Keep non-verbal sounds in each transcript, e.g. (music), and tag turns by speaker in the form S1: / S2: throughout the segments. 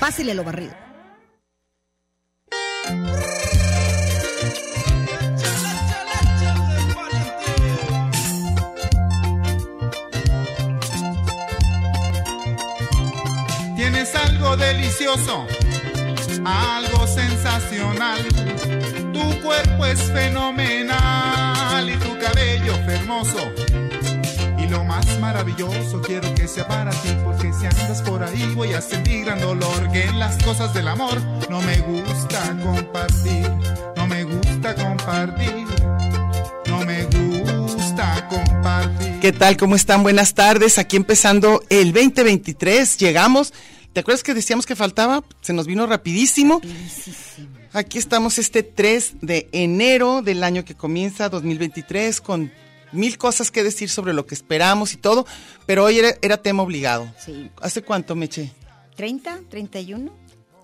S1: Pásele lo barrido.
S2: Tienes algo delicioso, algo sensacional. Tu cuerpo es fenomenal y tu cabello hermoso. Y lo más maravilloso quiero que sea para ti, porque si andas por ahí voy a sentir gran dolor. Que en las cosas del amor no me gusta compartir, no me gusta compartir, no me gusta compartir.
S3: ¿Qué tal? ¿Cómo están? Buenas tardes. Aquí empezando el 2023. Llegamos. ¿Te acuerdas que decíamos que faltaba? Se nos vino rapidísimo. Aquí estamos este 3 de enero del año que comienza 2023 con mil cosas que decir sobre lo que esperamos y todo, pero hoy era, era tema obligado.
S1: Sí.
S3: ¿Hace cuánto, Meche?
S1: ¿30? ¿31?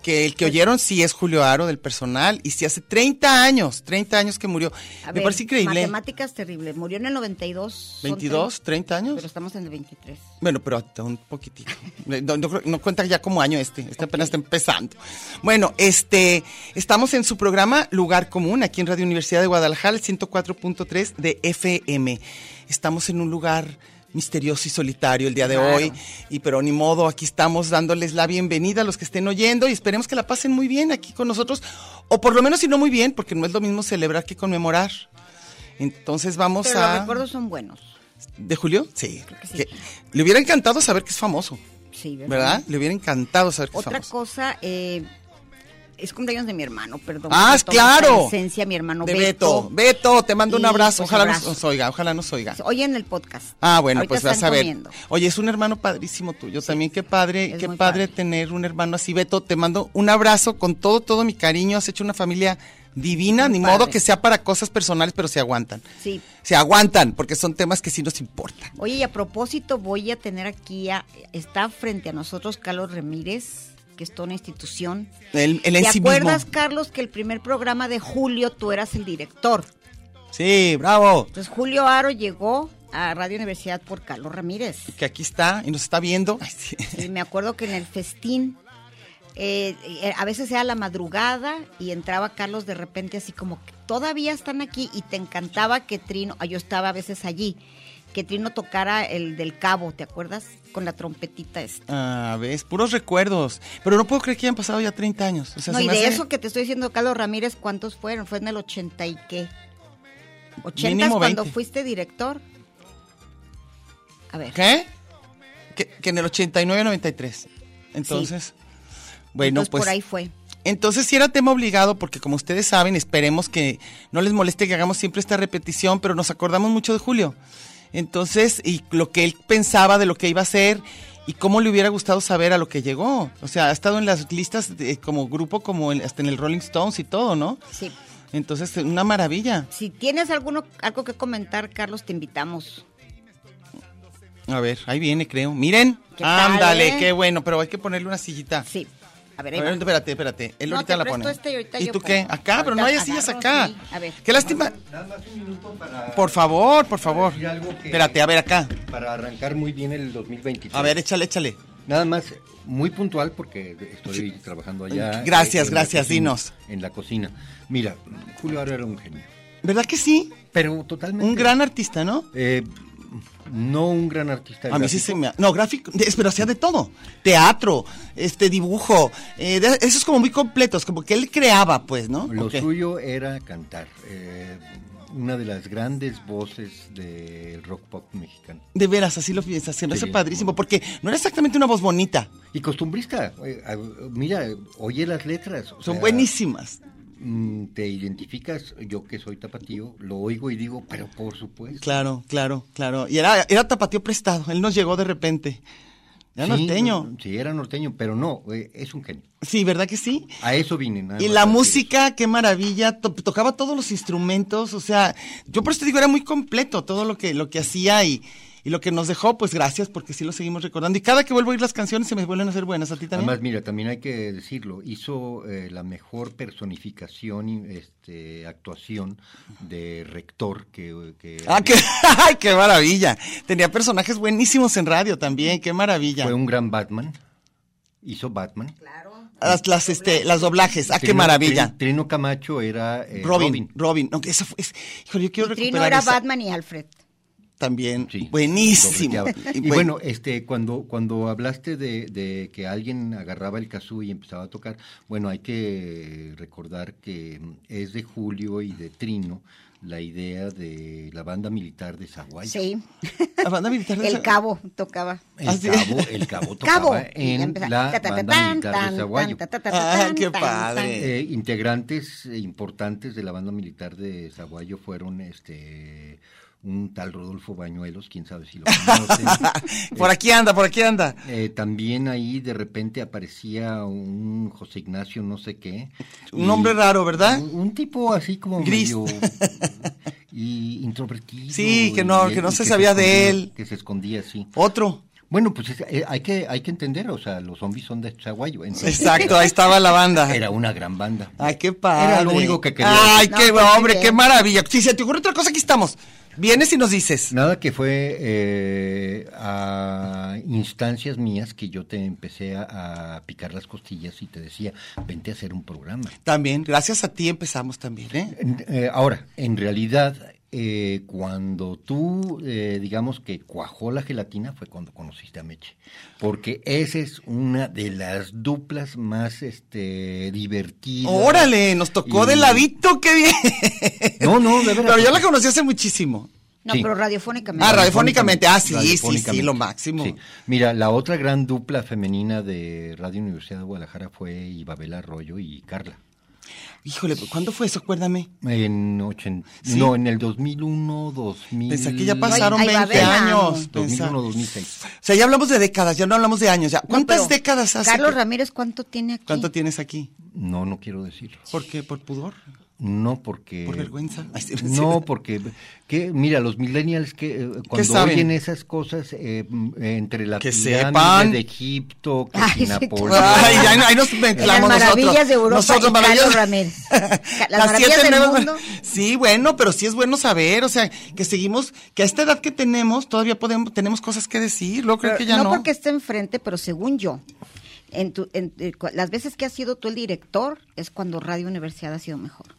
S3: Que el que oyeron sí es Julio Aro del personal y sí hace 30 años, 30 años que murió.
S1: A
S3: Me
S1: ver,
S3: parece increíble.
S1: Matemáticas terrible. Murió en el 92. son
S3: 22, 30
S1: 30, Pero
S3: años.
S1: estamos en el 23.
S3: Bueno, pero hasta un poquitito. Eh, No, no creo- no cuenta ya como año este, este apenas está empezando. Bueno, este, estamos en su programa Lugar Común, aquí en Radio Universidad de Guadalajara, el 104.3 de FM. Estamos en un lugar misterioso y solitario el día de
S1: Claro.
S3: hoy, y pero ni modo, aquí estamos dándoles la bienvenida a los que estén oyendo y esperemos que la pasen muy bien aquí con nosotros, o por lo menos si no muy bien, porque no es lo mismo celebrar que conmemorar. Entonces vamos
S1: Pero
S3: a...
S1: los recuerdos son buenos.
S3: ¿De Julio? Sí.
S1: Creo que sí.
S3: Que- Le hubiera encantado saber que es famoso,
S1: Sí, ¿verdad?
S3: ¿verdad? Le hubiera encantado saber que
S1: Otra
S3: es famoso.
S1: cosa, eh, es cumpleaños de mi hermano, perdón.
S3: Ah,
S1: Con toda
S3: claro.
S1: esta Licencia, mi hermano
S3: De Beto. Beto, te mando un
S1: Y,
S3: abrazo.
S1: pues,
S3: Ojalá
S1: abrazo.
S3: nos oiga, ojalá nos oiga.
S1: Oye, en el podcast.
S3: Ah, bueno,
S1: Ahorita
S3: pues vas
S1: están
S3: a ver.
S1: comiendo.
S3: Oye, es un hermano padrísimo tuyo también. Qué padre,
S1: es
S3: qué
S1: muy
S3: padre,
S1: padre.
S3: tener un hermano así. Beto, te mando un abrazo con todo, todo mi cariño. Has hecho una familia divina.
S1: Muy
S3: Ni
S1: padre.
S3: modo que sea para cosas personales, pero se aguantan.
S1: Sí.
S3: Se aguantan porque son temas que sí nos importan.
S1: Oye, y a propósito, voy a tener aquí, a- está frente a nosotros Carlos Ramírez, que es toda una institución.
S3: El, el en
S1: ¿Te
S3: sí
S1: acuerdas,
S3: mismo.
S1: Carlos, que el primer programa de Julio tú eras el director?
S3: Sí, bravo.
S1: Entonces, Julio Aro llegó a Radio Universidad por Carlos Ramírez.
S3: Que aquí está y nos está viendo. Ay, sí.
S1: Y me acuerdo que en el festín, eh, eh, a veces era la madrugada y entraba Carlos de repente así como que todavía están aquí y te encantaba que Trino, ah, yo estaba a veces allí, que Trino tocara el del cabo, ¿te acuerdas? Con la trompetita esta.
S3: Ah, ves, puros recuerdos. Pero no puedo creer que hayan pasado ya 30 años. O sea,
S1: No,
S3: se
S1: y
S3: me
S1: de
S3: hace
S1: eso que te estoy diciendo, Carlos Ramírez, ¿cuántos fueron? Fue en el 80 y qué. ¿80
S3: Mínimo
S1: cuando
S3: 20.
S1: fuiste director? A ver.
S3: ¿Qué? Que, que en el 89-93. Entonces, bueno,
S1: entonces
S3: pues...
S1: por ahí fue.
S3: Entonces sí era tema obligado porque como ustedes saben, esperemos que no les moleste que hagamos siempre esta repetición, pero nos acordamos mucho de Julio. Entonces, y lo que él pensaba de lo que iba a hacer y cómo le hubiera gustado saber a lo que llegó. O sea, ha estado en las listas de- como grupo, como en- hasta en el Rolling Stones y todo, ¿no?
S1: Sí.
S3: Entonces, una maravilla.
S1: Si tienes alguno, algo que comentar, Carlos, te invitamos.
S3: A ver, ahí viene, creo. Miren.
S1: ¿Qué tal,
S3: Ándale,
S1: eh?
S3: qué bueno, pero hay que ponerle una sillita.
S1: Sí. A ver, ahí
S3: A ver,
S1: va.
S3: espérate, espérate. Él
S1: No,
S3: ahorita
S1: te
S3: la
S1: presto
S3: pone.
S1: este y ahorita
S3: ¿Y
S1: yo
S3: tú qué?
S1: pongo.
S3: Acá, pero no hay
S1: Ahorita
S3: sillas
S1: agarro,
S3: acá.
S1: sí. A ver.
S3: Qué lástima.
S4: Nada más un minuto para,
S3: Por favor, por favor.
S4: Y algo que-
S3: Espérate, a ver acá.
S4: para arrancar muy bien el 2023.
S3: A ver, échale, échale.
S4: Nada más, muy puntual porque estoy trabajando allá.
S3: Gracias,
S4: en la
S3: gracias,
S4: cocina-
S3: dinos.
S4: En la cocina. Mira, Julio Aro era un genio.
S3: ¿Verdad que sí?
S4: Pero totalmente.
S3: Un gran artista, ¿no?
S4: Eh, no un gran artista.
S3: A mí sí
S4: gráfico.
S3: se me... ha- No, gráfico, de- pero hacía de todo. Teatro, este dibujo, eh, de- esos como muy completos, como que él creaba, pues, ¿no?
S4: Lo
S3: Ok.
S4: suyo era cantar. eh, una de las grandes voces del rock pop mexicano.
S3: De veras, así lo piensas, se me hace
S4: Sí.
S3: padrísimo, porque no era exactamente una voz bonita,
S4: Y costumbrista, eh, ah, mira, oye las letras. o
S3: son
S4: sea,
S3: buenísimas.
S4: mm, Te identificas, yo que soy tapatío, lo oigo y digo, pero por supuesto.
S3: Claro, claro, claro. Y era, era tapatío prestado, él nos llegó de repente. Era
S4: Sí,
S3: norteño.
S4: Sí, era norteño, pero no, eh, es un genio.
S3: Sí, ¿verdad que sí?
S4: A eso vine. nada
S3: Y
S4: más
S3: la
S4: a decir
S3: música, qué maravilla, to- tocaba todos los instrumentos, o sea, yo por eso te digo, era muy completo todo lo que, lo que hacía y, y lo que nos dejó, pues gracias, porque sí lo seguimos recordando. Y cada que vuelvo a oír las canciones se me vuelven a hacer buenas, a ti también.
S4: Además, mira, también hay que decirlo, hizo eh, la mejor personificación y este, actuación de rector que... que
S3: Ah, qué, (laughs) ay, qué maravilla. Tenía personajes buenísimos en radio también, qué maravilla.
S4: Fue un gran Batman, hizo Batman.
S3: Las, las, este, las doblajes, ah, qué
S4: Trino-
S3: maravilla.
S4: Tri- Trino Camacho era eh,
S3: Robin,
S4: Robin.
S3: Robin, aunque eso fue, es- híjole, yo quiero
S1: Y Trino
S3: recuperar
S1: era
S3: esa
S1: Batman y Alfred.
S3: también,
S4: Sí,
S3: buenísimo.
S4: dobleteaba. Y
S3: buen-
S4: bueno, este, cuando, cuando hablaste de, de que alguien agarraba el kazoo y empezaba a tocar, bueno, hay que recordar que es de Julio y de Trino la idea de la banda militar de Zaguay.
S1: Sí.
S3: la banda militar de
S1: El
S3: esa-
S1: cabo tocaba.
S4: El
S3: Ah, sí.
S4: cabo, el cabo tocaba
S1: Cabo. Y
S4: en
S1: empezaba,
S4: la
S1: ta, ta, ta,
S4: banda
S1: tan,
S4: militar
S1: tan,
S4: de Zaguayo.
S1: tan, ta, ta, ta,
S3: Ah,
S1: tan,
S3: qué
S1: tan,
S3: padre.
S1: tan.
S4: Eh, integrantes eh, importantes de la banda militar de Zaguayo fueron este un tal Rodolfo Bañuelos, quién
S1: (laughs)
S4: sabe si lo conocen.
S3: por aquí anda, por aquí anda.
S4: Eh, también ahí de repente aparecía un José Ignacio no sé qué.
S3: (laughs) Un hombre raro, ¿verdad?
S4: Un, un tipo así como
S3: Gris. (laughs)
S4: medio y introvertido.
S3: Sí, que no-
S4: y-
S3: que no
S4: y
S3: se sabía de
S4: escondía-
S3: él.
S4: Que se escondía así.
S3: Otro.
S4: Bueno, pues es- eh, hay que hay que entender, o sea, los zombies son de Zaguayo. entonces,
S3: Exacto, ahí estaba la banda.
S4: Era una gran banda.
S3: Ay, qué padre.
S4: Era lo único que quería.
S3: Ay,
S1: No,
S3: qué
S1: pues,
S3: hombre,
S1: sí.
S3: qué maravilla. Si se te ocurre otra cosa, aquí estamos. Vienes y nos dices.
S4: Nada que fue eh, a instancias mías que yo te empecé a, a picar las costillas y te decía, vente a hacer un programa.
S3: También, gracias a ti empezamos también, ¿eh?
S4: En- eh, ahora, en realidad, eh, cuando tú, eh, digamos que cuajó la gelatina, fue cuando conociste a Meche. Porque esa es una de las duplas más este, divertidas.
S3: Órale, nos tocó
S4: Y-
S3: de ladito, qué bien.
S4: No, no, de verdad.
S3: (laughs) Pero yo la conocí hace muchísimo.
S1: No,
S4: Sí.
S1: pero radiofónicamente.
S3: Ah, radiofónicamente. Ah, sí, sí, sí,
S4: Radiofónicamente.
S3: lo máximo.
S4: Sí. Mira, la otra gran dupla femenina de Radio Universidad de Guadalajara fue Ibabel Arroyo y Carla.
S3: Híjole, pues, ¿cuándo fue eso? Acuérdame.
S4: En ochen-
S3: Sí.
S4: No, en el 2001, 2000...
S3: Pensé que ya pasaron
S1: Mm. ahí va
S3: 20
S1: a ver,
S3: años.
S1: vamos.
S3: Pensaba-
S4: 2001, 2006.
S3: O sea, ya hablamos de décadas, ya no hablamos de años. ya.
S1: No,
S3: ¿Cuántas
S1: pero
S3: décadas hace?
S1: Carlos
S3: que-
S1: Ramírez, ¿cuánto tiene aquí?
S3: ¿Cuánto tienes aquí?
S4: No, no quiero decirlo.
S3: ¿Por qué? ¿Por pudor?
S4: No, porque...
S1: (laughs)
S3: ¿Por vergüenza? Ay, sí,
S4: No,
S3: sí.
S4: porque... que Mira, los millennials que eh, cuando
S3: saben?
S4: oyen esas cosas eh, m- entre la
S3: Que
S4: pirámide
S3: sepan.
S4: de Egipto, que
S1: Ay,
S4: si
S1: sí,
S4: Napoleón-
S3: Ay, ahí, ahí nos
S1: Las
S3: mezclamos
S1: maravillas
S3: nosotros.
S1: de Europa
S3: Nosotros,
S1: y
S3: maravillas-
S1: Carlos
S3: (laughs)
S1: Ramírez. Las maravillas del mundo.
S3: Sí, bueno, pero sí es bueno saber, o sea, que seguimos, que a esta edad que tenemos todavía podemos, tenemos cosas que decir, luego creo
S1: Pero
S3: que ya no.
S1: porque esté enfrente, pero según yo, en tu- en- eh, cu- las veces que has sido tú el director es cuando Radio Universidad ha sido mejor.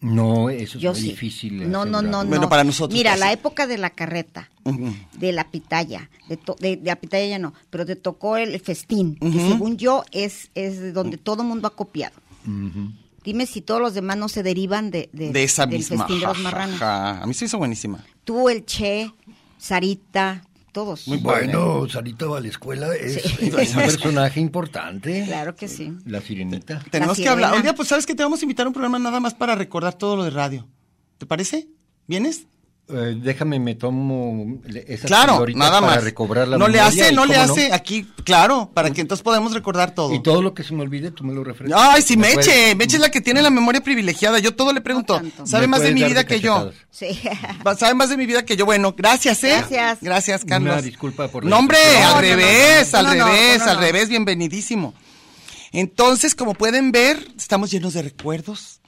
S4: No, eso
S1: Yo
S4: es
S1: sí.
S4: muy difícil.
S1: No, no, no,
S4: asegurarlo.
S3: Bueno,
S1: no.
S3: para nosotros,
S1: Mira,
S3: pues,
S1: la
S3: sí.
S1: época de la carreta, de la pitaya, de, to- de, de la pitaya ya no, pero te tocó el festín, que según yo es, es de donde todo mundo ha copiado. Dime si todos los demás no se derivan de, de-
S3: de esa
S1: del
S3: misma.
S1: festín de los
S3: ja, ja,
S1: marranos.
S3: ja. A mí se hizo buenísima.
S1: Tú, el Che, Sarita, todos.
S3: Muy
S4: Bueno, Sarita Valenzuela es, (laughs) es un personaje importante.
S1: Claro que sí.
S4: La sirenita.
S3: Tenemos que
S1: sirena.
S3: hablar. Oye, pues sabes que te vamos a invitar a un programa nada más para recordar todo lo de radio. ¿Te parece? ¿Vienes?
S4: Eh, déjame, me tomo le- esas
S3: claro,
S4: pildoritas
S3: nada
S4: para
S3: más.
S4: recobrar la
S3: no le
S4: memoria
S3: hace,
S4: y
S3: no le
S4: cómo
S3: hace aquí, claro, para que entonces podamos recordar todo.
S4: Y todo Pues, lo que se me olvide, tú me lo refrescas.
S3: Ay, si Meche,
S4: puedes-
S3: Meche es la que tiene la memoria privilegiada. Yo todo le pregunto.
S1: tanto.
S3: sabe
S4: me
S3: más de
S4: puedes
S3: mi
S4: dar
S3: vida que yo.
S4: cachetadas.
S1: Sí. (laughs)
S3: Va- Sabe más de mi vida que yo. Bueno, gracias, ¿eh?
S1: Gracias.
S3: Gracias, Carlos.
S4: Una disculpa por la
S3: No, hombre,
S4: interrupción.
S3: al
S4: No, no,
S1: no,
S3: revés,
S1: no,
S3: al
S1: no, no,
S3: revés,
S1: no, no.
S3: al revés, bienvenidísimo. Entonces, como pueden ver, estamos llenos de recuerdos.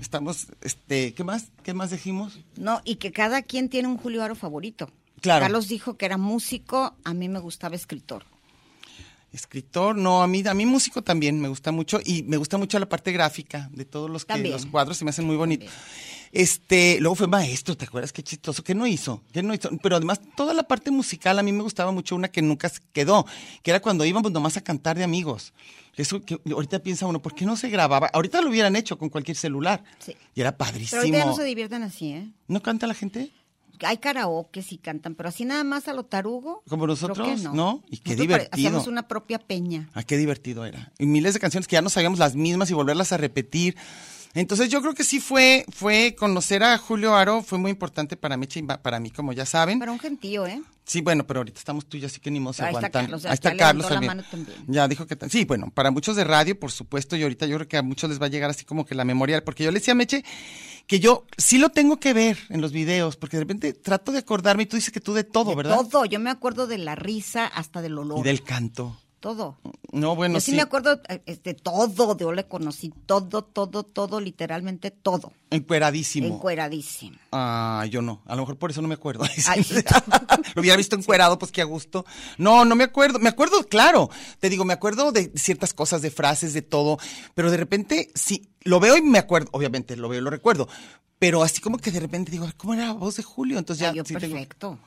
S3: Estamos, este, ¿qué más? ¿Qué más dijimos?
S1: No, y que cada quien tiene un Julio Aro favorito.
S3: Claro.
S1: Carlos dijo que era músico, a mí me gustaba escritor.
S3: Escritor, no, a mí, a mí músico también me gusta mucho y me gusta mucho la parte gráfica de todos los, que,
S1: También.
S3: los cuadros, se me hacen muy bonitos. Este, luego fue maestro, ¿te acuerdas qué chistoso? ¿Qué no hizo? ¿Qué no hizo? Pero además toda la parte musical a mí me gustaba mucho una que nunca se quedó, que era cuando íbamos nomás a cantar de amigos. Eso que ahorita piensa uno, ¿por qué no se grababa? Ahorita lo hubieran hecho con cualquier celular.
S1: Sí.
S3: Y era
S1: Pero
S3: padrísimo.
S1: ahorita ya no
S3: no,
S1: se diviertan así, ¿eh?
S3: canta la gente?
S1: Hay karaoke si cantan, pero así nada más a lo tarugo.
S3: Como nosotros,
S1: creo que no.
S3: ¿no? Y qué
S1: Nosotros pare-
S3: divertido.
S1: Hacíamos una propia peña.
S3: Ah, qué divertido era. Y miles de canciones que ya no sabíamos las mismas y volverlas a repetir. Entonces yo creo que sí fue, fue conocer a Julio Aro, fue muy importante para Meche y ma- para mí, como ya saben.
S1: Para un gentío, ¿eh?
S3: Sí, bueno, pero ahorita estamos tú y yo, así que ni modo se
S1: Ahí está
S3: aguantan.
S1: Carlos,
S3: Ahí está
S1: ya levantó
S3: Carlos
S1: la
S3: también.
S1: mano también.
S3: Ya dijo que... ta- Sí, bueno, para muchos de radio, por supuesto, y ahorita yo creo que a muchos les va a llegar así como que la memoria, porque yo le decía a Meche que yo sí lo tengo que ver en los videos, porque de repente trato de acordarme y tú dices que tú de todo,
S1: De
S3: ¿verdad?
S1: Todo. Yo me acuerdo de la risa hasta del olor.
S3: Y del canto.
S1: Todo.
S3: No, bueno,
S1: Yo sí,
S3: sí.
S1: me acuerdo eh, es de todo. Yo le conocí todo, todo, todo, literalmente todo.
S3: Encueradísimo.
S1: Encueradísimo.
S3: Ah, yo no. A lo mejor por eso no me acuerdo. (laughs)
S1: Ay.
S3: lo hubiera visto encuerado, pues qué a gusto. No, no me acuerdo. Me acuerdo, claro. Te digo, me acuerdo de ciertas cosas, de frases, de todo. Pero de repente, sí, lo veo y me acuerdo. Obviamente, lo veo y lo recuerdo. Pero así como que de repente digo, "Ay, ¿cómo era la voz de Julio? Entonces Pues ya
S1: Ay, yo
S3: sí tengo
S1: perfecto.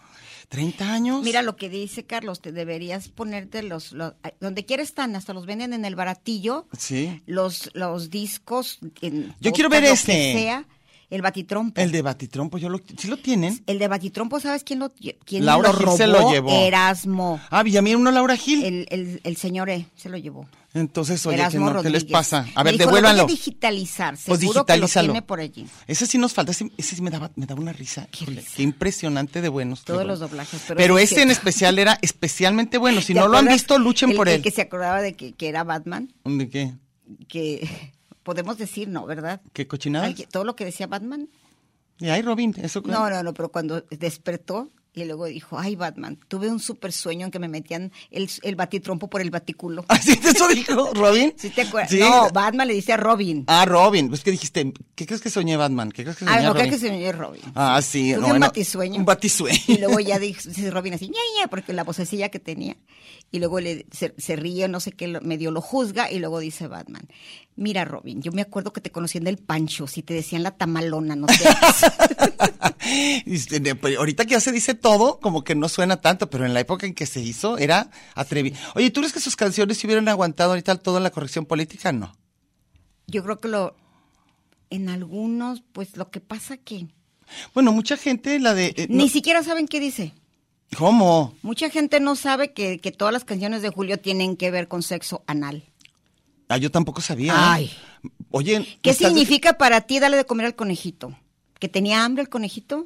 S3: 30 años.
S1: Mira lo que dice Carlos, te deberías ponerte los, los- donde quiera están, hasta los venden en el baratillo.
S3: Sí.
S1: Los los discos en
S3: Yo quiero
S1: todo
S3: ver este.
S1: lo
S3: ese.
S1: que sea, el batitrompo.
S3: El de Batitrompo, yo lo, sí lo tienen.
S1: El de Batitrompo, ¿sabes quién lo quién
S3: Laura
S1: lo
S3: Gil
S1: robó?
S3: se lo llevó.
S1: Erasmo.
S3: Ah, Villamil, uno Laura Gil.
S1: El, el, el señor E se lo llevó.
S3: Entonces, oye, que
S1: Erasmo
S3: no, ¿qué les
S1: Rodríguez.
S3: pasa? A
S1: Me
S3: ver,
S1: dijo, lo
S3: devuélvanlo.
S1: voy a digitalizar,
S3: Pues
S1: seguro que lo
S3: digitalízalo.
S1: tiene por allí.
S3: Ese sí nos falta, ese, ese sí me daba, me daba una risa.
S1: Qué
S3: Híjole,
S1: risa.
S3: qué impresionante de buenos.
S1: Todos
S3: Perdón.
S1: los doblajes, pero es
S3: este en
S1: que-
S3: especial era
S1: (laughs)
S3: especialmente bueno. Si
S1: ¿Te
S3: no lo han
S1: acuerdas
S3: visto, luchen
S1: el-
S3: por
S1: el
S3: él.
S1: que se acordaba de que, que era Batman,
S3: ¿De qué?
S1: que (laughs) podemos decir, ¿no? ¿Verdad?
S3: ¿Qué cochinada?
S1: Alguien- todo lo que decía Batman.
S3: Y ay, Robin, eso que-
S1: No, no, no, pero cuando despertó y luego dijo, ay, Batman, tuve un super sueño en que me metían el, el batitrompo por el
S3: (laughs)
S1: baticulo.
S3: (laughs) Ah, ¿sí?
S1: (laughs)
S3: eso dijo Robin.
S1: ¿Sí te acuerdas?
S3: Sí.
S1: No, Batman le dice a Robin.
S3: Ah, Robin, pues que dijiste, ¿qué crees que soñé Batman? ¿Qué crees que soñé
S1: Ah, no
S3: Robin?
S1: creo que se me Robin.
S3: Ah, sí,
S1: Tuve
S3: no,
S1: un
S3: bueno,
S1: batisueño.
S3: Un batisueño.
S1: Y luego ya dice dice Robin así, ña, ña, porque la vocecilla que tenía. Y luego le, se, se ríe, no sé qué, lo- medio lo juzga. Y luego dice Batman, mira Robin, yo me acuerdo que te conocí en el pancho, si te decían la tamalona, no
S3: (laughs)
S1: sé.
S3: Y (laughs) este, de- pero ahorita que ya se dice todo, como que no suena tanto, pero en la época en que se hizo era atrevido. Oye, ¿tú crees que sus canciones se hubieran aguantado ahorita toda la corrección política? No.
S1: yo creo que lo, en algunos, pues lo que pasa que
S3: Bueno, mucha gente, la de... eh,
S1: ni
S3: no-
S1: siquiera saben qué dice.
S3: ¿Cómo?
S1: Mucha gente no sabe que, que todas las canciones de Julio tienen que ver con sexo anal.
S3: Ah, yo tampoco sabía.
S1: Ay.
S3: Oye...
S1: ¿Qué
S3: estás-
S1: significa para ti darle de comer al conejito? ¿Que tenía hambre el conejito?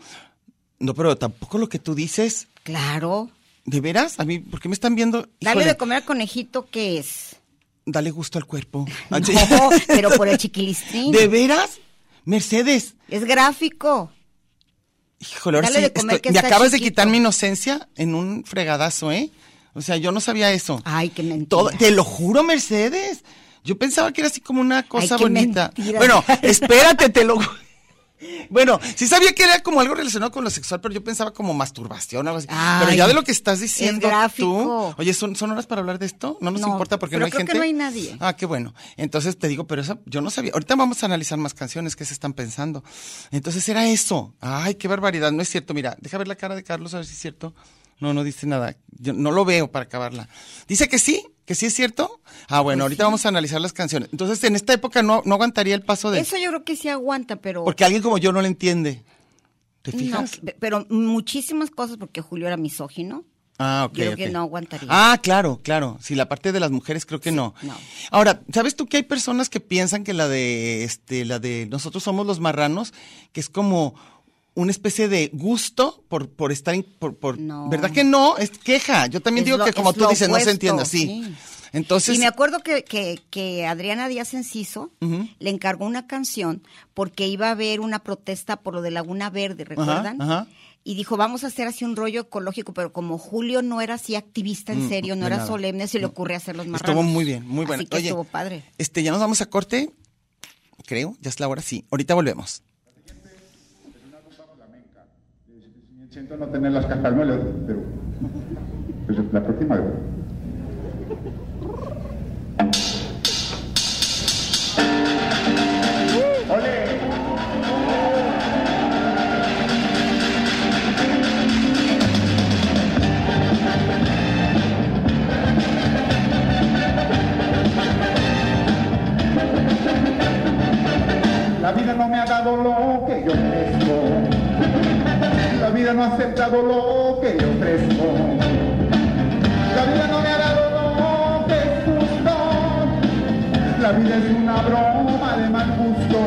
S3: No, pero tampoco lo que tú dices,
S1: Claro.
S3: ¿de veras? A mí, ¿por qué me están viendo?
S1: Darle
S3: Híjole,
S1: de comer al conejito, ¿qué es?
S3: Dale gusto al cuerpo. Ah, sí.
S1: No, pero por el chiquilistín.
S3: (laughs) ¿De veras? Mercedes.
S1: Es gráfico.
S3: Híjole, ahora
S1: Dale
S3: sí,
S1: de comer
S3: estoy-
S1: que
S3: me
S1: está
S3: acabas de
S1: chiquito.
S3: quitar mi inocencia en un fregadazo, ¿eh? O sea, yo no sabía eso.
S1: Ay, qué mentira.
S3: Todo- te lo juro, Mercedes. Yo pensaba que era así como una cosa
S1: qué
S3: bonita.
S1: mentira.
S3: Bueno, espérate, te lo. ju- (laughs) Bueno, sí sabía que era como algo relacionado con lo sexual, pero yo pensaba como masturbación o algo así.
S1: Ay,
S3: pero ya de lo que estás
S1: es
S3: diciendo
S1: gráfico.
S3: tú. Oye, ¿son, son horas para hablar de esto? No nos
S1: No,
S3: importa porque
S1: pero
S3: no hay
S1: creo que
S3: gente.
S1: no hay nadie.
S3: Ah, qué bueno. Entonces te digo, pero esa yo no sabía. Ahorita vamos a analizar más canciones que se están pensando. Entonces era eso. Ay, qué barbaridad. No es cierto. Mira, deja ver la cara de Carlos a ver si es cierto. No, no dice nada. Yo no lo veo para acabarla. Dice que sí, que sí es cierto.
S1: Pues
S3: Ah, bueno, ahorita vamos a analizar las canciones. Entonces en esta época no, no aguantaría el paso de.
S1: Eso yo creo que sí aguanta, pero...
S3: Porque alguien como yo no lo entiende. ¿Te
S1: No,
S3: fijas?
S1: que- pero muchísimas cosas porque Julio era misógino.
S3: Ah, ok.
S1: Yo creo que
S3: ok.
S1: no aguantaría.
S3: Ah, claro, claro. Sí, la parte de las mujeres creo que no.
S1: no.
S3: Ahora, ¿sabes tú que hay personas que piensan que la de este, la de nosotros somos los marranos, que es como una especie de gusto por, por estar en- por, por-
S1: No.
S3: ¿verdad que no? Es queja. Yo también
S1: Es
S3: digo
S1: lo-
S3: que como
S1: es
S3: tú
S1: lo
S3: dices, no se
S1: opuesto,
S3: entiende, sí.
S1: sí.
S3: Entonces,
S1: y me acuerdo que, que- que Adriana Díaz Enciso le encargó una canción porque iba a haber una protesta por lo de Laguna Verde, ¿recuerdan?
S3: ajá.
S1: Y dijo, vamos a hacer así un rollo ecológico, pero como Julio no era así activista en serio, no
S3: Mm, de
S1: era
S3: nada. Mm.
S1: solemne, se le ocurre hacer los marranos.
S3: estuvo muy bien, muy bueno.
S1: Así que
S3: Oye,
S1: estuvo padre.
S3: Este, ya nos vamos a corte, creo, ya es la hora, sí. Ahorita volvemos.
S5: Siento no tener las castañuelas, pero pues, la próxima vez.
S2: La vida no me ha dado lo que yo merezco. La vida no ha aceptado lo que yo ofrezco. La vida no me ha dado lo que es justo. La vida es una broma de mal gusto.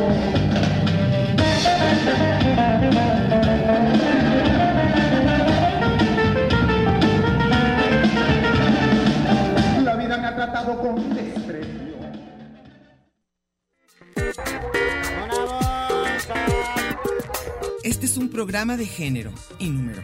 S2: La vida me ha tratado con desprecio.
S6: Este es un programa de género y número,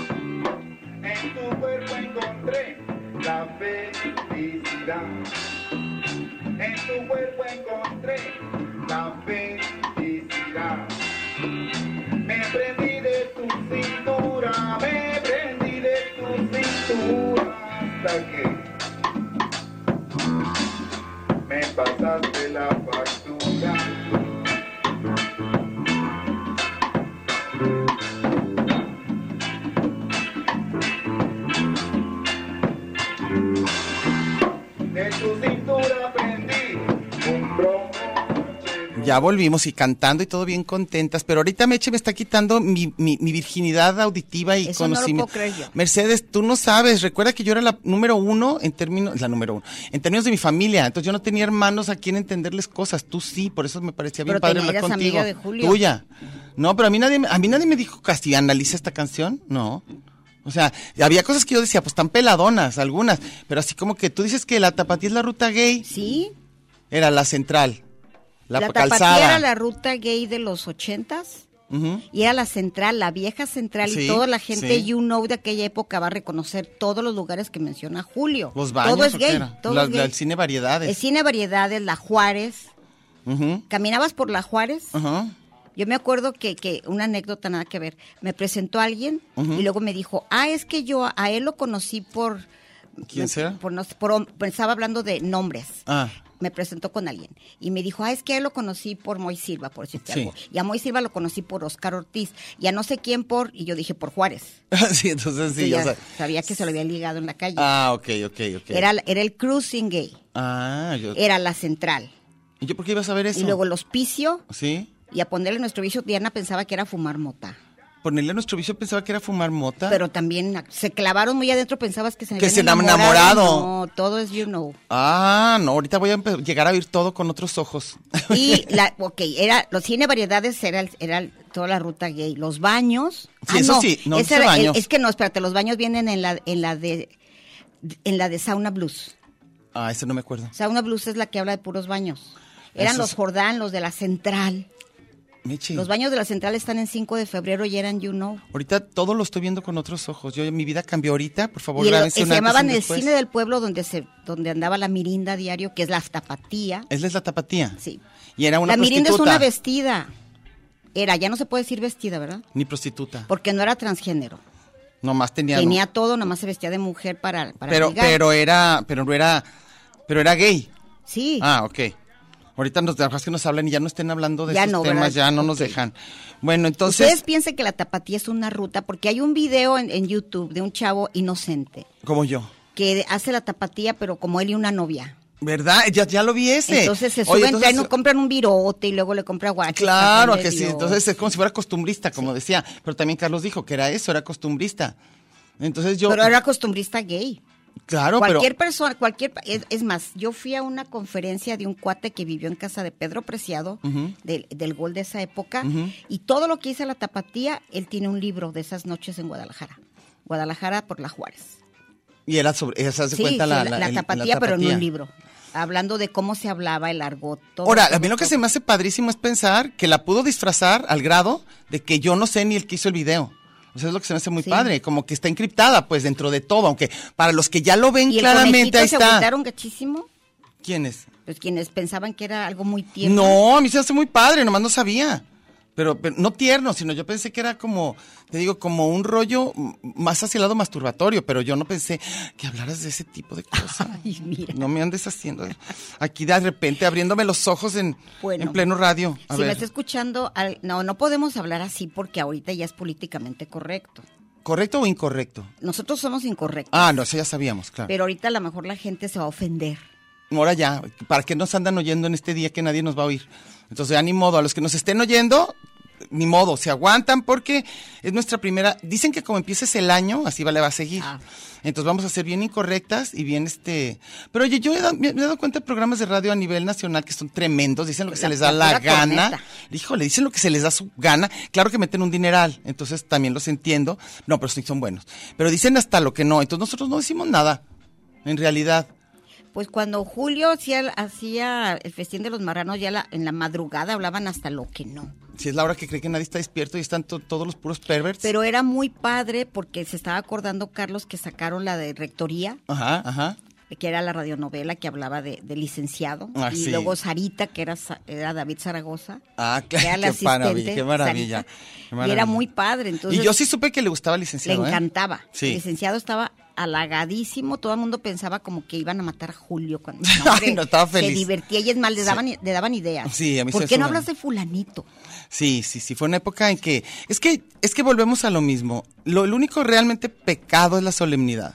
S2: En tu cuerpo encontré la felicidad. En tu cuerpo encontré la felicidad. Me prendí de tu cintura, me prendí de tu cintura hasta que me pasaste la factura. De tu cintura aprendí un broche.
S3: Ya volvimos y cantando y todo bien contentas, pero ahorita Meche me está quitando mi, mi- mi virginidad auditiva y
S1: Eso no lo
S3: conocimiento.
S1: puedo creer yo.
S3: Mercedes, tú no sabes, recuerda que yo era la número uno en términos, la número uno, en términos de mi familia, entonces yo no tenía hermanos a quien entenderles cosas, tú sí, por eso me parecía bien
S1: Pero
S3: padre
S1: tenía-
S3: hablar
S1: eras
S3: contigo.
S1: amiga de Julio.
S3: Tuya. No, pero a mí nadie, me- a mí nadie me dijo casi analiza esta canción, no. O sea, había cosas que yo decía, pues tan peladonas algunas, pero así como que tú dices que la tapatía es la ruta gay,
S1: ¿Sí?
S3: era la central, la,
S1: tapatía
S3: calzada.
S1: era la ruta gay de los ochentas.
S3: Ujú.
S1: Y era la central, la vieja central,
S3: Sí,
S1: y toda la gente
S3: sí.
S1: you know de aquella época va a reconocer todos los lugares que menciona Julio.
S3: Los baños.
S1: todo es
S3: ¿o qué
S1: gay,
S3: era?
S1: todo
S3: La-
S1: es gay.
S3: la- el cine variedades.
S1: El cine variedades, la Juárez.
S3: Ujú,
S1: Caminabas por la Juárez.
S3: ajá.
S1: Yo me acuerdo que, que una anécdota nada que ver. Me presentó alguien y luego me dijo, ah, es que yo a él lo conocí por...
S3: ¿Quién será?
S1: Por, no sé, por hom- estaba hablando de nombres.
S3: Ah, (laughs)
S1: Me presentó con alguien y me dijo, ah, es que a él lo conocí por Moy Silva, por decirte
S3: Sí.
S1: algo. Y a Moy Silva lo conocí por Oscar Ortiz. Y a no sé quién por... Y yo dije, por Juárez.
S3: sí, entonces sí,
S1: Que
S3: ya
S1: ya
S3: sabes.
S1: sabía que se lo había ligado en la calle.
S3: Ah, ok, ok, ok.
S1: Era, era el cruising gay.
S3: Ah, yo,
S1: Era la central.
S3: ¿y yo por qué iba a saber eso?
S1: Y luego el hospicio
S3: Sí.
S1: y a ponerle nuestro vicio, Diana pensaba que era fumar mota.
S3: Ponerle a nuestro vicio pensaba que era fumar mota.
S1: Pero también se clavaron muy adentro, pensabas que se
S3: Que
S1: habían
S3: se han enamorado.
S1: No, todo es you know.
S3: Ah, no, ahorita voy a empe- llegar a ver todo con otros ojos. (laughs)
S1: Y la, (laughs) ok, era, los cine variedades era, el- era el- toda la ruta gay. Los baños.
S3: Sí, eso sí, no
S1: ese
S3: hice
S1: era el-
S3: baños.
S1: es que no, espérate, los baños vienen en la, en la de en la de Sauna Blues.
S3: ah, ese no me acuerdo.
S1: Sauna Blues es la que habla de puros baños. Eran
S3: Eso
S1: los
S3: sí.
S1: Jordán, los de la central.
S3: Meche,
S1: Los baños de la central están en 5 de febrero y eran you know.
S3: ahorita todo lo estoy viendo con otros ojos. Yo mi vida cambió ahorita, por favor,
S1: Y el-
S3: grábense
S1: se
S3: un antes y un
S1: llamaban el
S3: después.
S1: cine del pueblo donde se donde andaba la mirinda diario, que es la tapatía.
S3: Esa es la tapatía.
S1: Sí.
S3: Y era una
S1: la mirinda es
S3: prostituta.
S1: una vestida. Era, ya no se puede decir vestida, ¿verdad?
S3: Ni prostituta.
S1: Porque no era transgénero.
S3: Nomás tenía
S1: Tenía todo, nomás se vestía de mujer para, para
S3: pero
S1: ligar.
S3: pero era pero no era pero era gay
S1: sí.
S3: ah ok ahorita nos dejas que nos hablan y ya no estén hablando de
S1: Ya
S3: esos
S1: no,
S3: temas
S1: ¿verdad?
S3: ya no nos
S1: Ok.
S3: dejan bueno entonces
S1: Ustedes piensen que la tapatía es una ruta, porque hay un video en, en YouTube de un chavo inocente
S3: como yo
S1: que hace la tapatía, pero como él y una novia.
S3: ¿Verdad? Ya, ya lo vi ese.
S1: Entonces se
S3: Oye,
S1: suben,
S3: entonces-
S1: traen un- compran un virote y luego le compra guacho.
S3: Claro que sí, entonces es como si fuera costumbrista, como decía, pero también Carlos dijo que era eso, era costumbrista. Entonces yo...
S1: Pero era costumbrista gay.
S3: claro, pero...
S1: cualquier persona, cualquier... Es, es más, yo fui a una conferencia de un cuate que vivió en casa de Pedro Preciado, del, del gol de esa época, y todo lo que hice la tapatía, él tiene un libro de esas noches en Guadalajara. Guadalajara por la Juárez.
S3: Y era sobre... Esa se
S1: Sí,
S3: cuenta
S1: sí,
S3: la,
S1: la,
S3: la-
S1: la
S3: el-
S1: tapatía, pero en
S3: tapatía.
S1: un libro. Hablando de cómo se hablaba el argot. todo,
S3: Ahora, a
S1: todo,
S3: mí lo que
S1: todo.
S3: se me hace padrísimo es pensar que la pudo disfrazar al grado de que yo no sé ni el que hizo el video. O sea, es lo que se me hace muy
S1: Sí.
S3: padre, como que está encriptada, pues, dentro de todo, aunque para los que ya lo ven
S1: Y el
S3: claramente,
S1: conejito
S3: ahí
S1: se
S3: está.
S1: agüitaron gachísimo,
S3: ¿Quién es?
S1: pues quienes pensaban que era algo muy tierno.
S3: No, a mí se me hace muy padre, nomás no sabía. Pero, pero no tierno, sino yo pensé que era como, te digo, como un rollo mm, más hacia el lado masturbatorio, pero yo no pensé que hablaras de ese tipo
S1: (laughs)
S3: de cosas.
S1: Ay, mira.
S3: No me andes haciendo aquí de repente abriéndome los ojos en,
S1: Bueno.
S3: en pleno radio. A
S1: si
S3: ver,
S1: me está escuchando, al- no, no podemos hablar así porque ahorita ya es políticamente correcto.
S3: ¿correcto o incorrecto?
S1: Nosotros somos incorrectos,
S3: Ah, no, eso ya sabíamos, claro.
S1: pero ahorita a lo mejor la gente se va a ofender.
S3: Ahora ya, ¿para qué nos andan oyendo en este día que nadie nos va a oír? Entonces ya ni modo, a los que nos estén oyendo, ni modo, se aguantan porque es nuestra primera, dicen que como empieces el año, así vale, va a seguir.
S1: Ah.
S3: Entonces vamos a ser bien incorrectas y bien este... Pero oye, yo he dado- me he dado cuenta de programas de radio a nivel nacional que son tremendos, dicen lo que
S1: Pues La
S3: se les da la
S1: pura
S3: gana.
S1: corneta.
S3: Híjole, dicen lo que se les da su gana. Claro que meten un dineral, entonces también los entiendo. No, pero sí son buenos. Pero dicen hasta lo que no, entonces nosotros no decimos nada, en realidad.
S1: Pues cuando Julio hacía, el- hacía el festín de los marranos, ya la- en la madrugada hablaban hasta lo que no.
S3: Si es la hora que cree que nadie está despierto y están to- todos los puros perverts.
S1: Pero era muy padre porque se estaba acordando Carlos que sacaron la de rectoría,
S3: Ajá, ajá.
S1: que era la radionovela que hablaba de, de licenciado,
S3: Ah,
S1: y
S3: sí.
S1: luego Sarita, que era, Sa- era David Zaragoza.
S3: Ah, (laughs)
S1: que era
S3: claro.
S1: la
S3: Qué maravilla,
S1: asistente,
S3: qué maravilla.
S1: Sarita,
S3: qué
S1: Y era
S3: maravilla.
S1: muy padre, entonces
S3: y yo sí supe que le gustaba el
S1: le
S3: licenciado. ¿eh?
S1: encantaba.
S3: Sí.
S1: El licenciado estaba halagadísimo, todo el mundo pensaba como que iban a matar a Julio
S3: (laughs)
S1: cuando
S3: Ay, no, estaba
S1: se
S3: feliz.
S1: divertía y es más, le daban, le daban ideas.
S3: Sí, a mí se
S1: ¿Por
S3: me
S1: qué no
S3: suman.
S1: hablas de fulanito?
S3: Sí, sí, sí, fue una época en que es que es que volvemos a lo mismo. Lo el único realmente pecado es la solemnidad.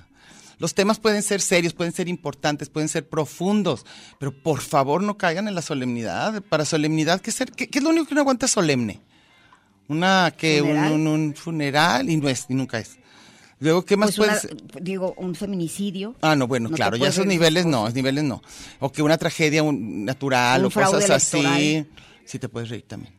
S3: Los temas pueden ser serios, pueden ser importantes, pueden ser profundos, pero por favor no caigan en la solemnidad. Para solemnidad, ¿qué, ser, qué- qué es lo único que uno aguanta solemne? Una que un,
S1: ¿Funeral?
S3: un- un funeral y no es, y nunca es. Luego, ¿qué más
S1: Pues una-
S3: puede ser?
S1: digo, un feminicidio.
S3: Ah, no, bueno,
S1: No te
S3: claro, ya
S1: puedes
S3: esos
S1: ir-
S3: niveles no, esos niveles no. O que una tragedia un- natural
S1: Un
S3: o cosas
S1: fraude
S3: así.
S1: electoral.
S3: Sí, te puedes reír también.